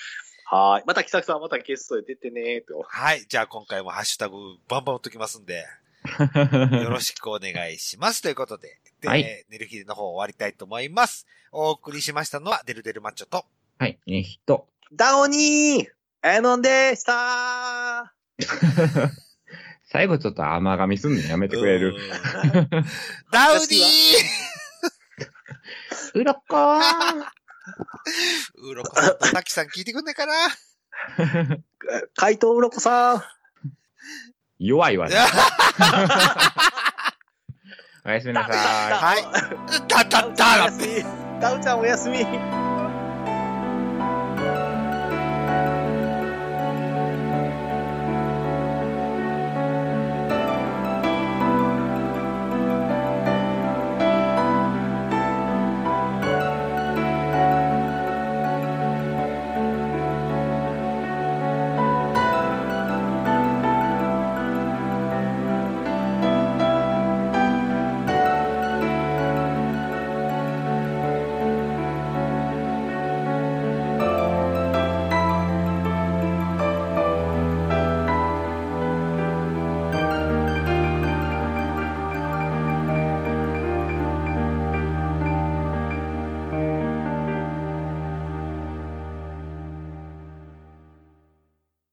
Speaker 3: はーい。また、キサキさん、またゲストで出てねーと。
Speaker 1: はい。じゃあ今回もハッシュタグバンバン打っときますんで、 よろしくお願いします。ということで、で、
Speaker 2: はい
Speaker 1: 寝る日の方終わりたいと思います。お送りしましたのは、デルデルマッチョと、
Speaker 2: はい。ね、人。
Speaker 3: ダオニーエノンでしたー
Speaker 2: 最後ちょっと甘噛みすんのやめてくれる。
Speaker 1: うーん。ダウディ
Speaker 2: うろっ こー
Speaker 1: ーうろこさんとタキさん聞いてくんないかな
Speaker 3: 怪盗うろこさん
Speaker 2: 弱い わね。おやすみなさーい。
Speaker 1: はい。だだだだ
Speaker 3: ダウちゃんおやすみ
Speaker 1: ダウ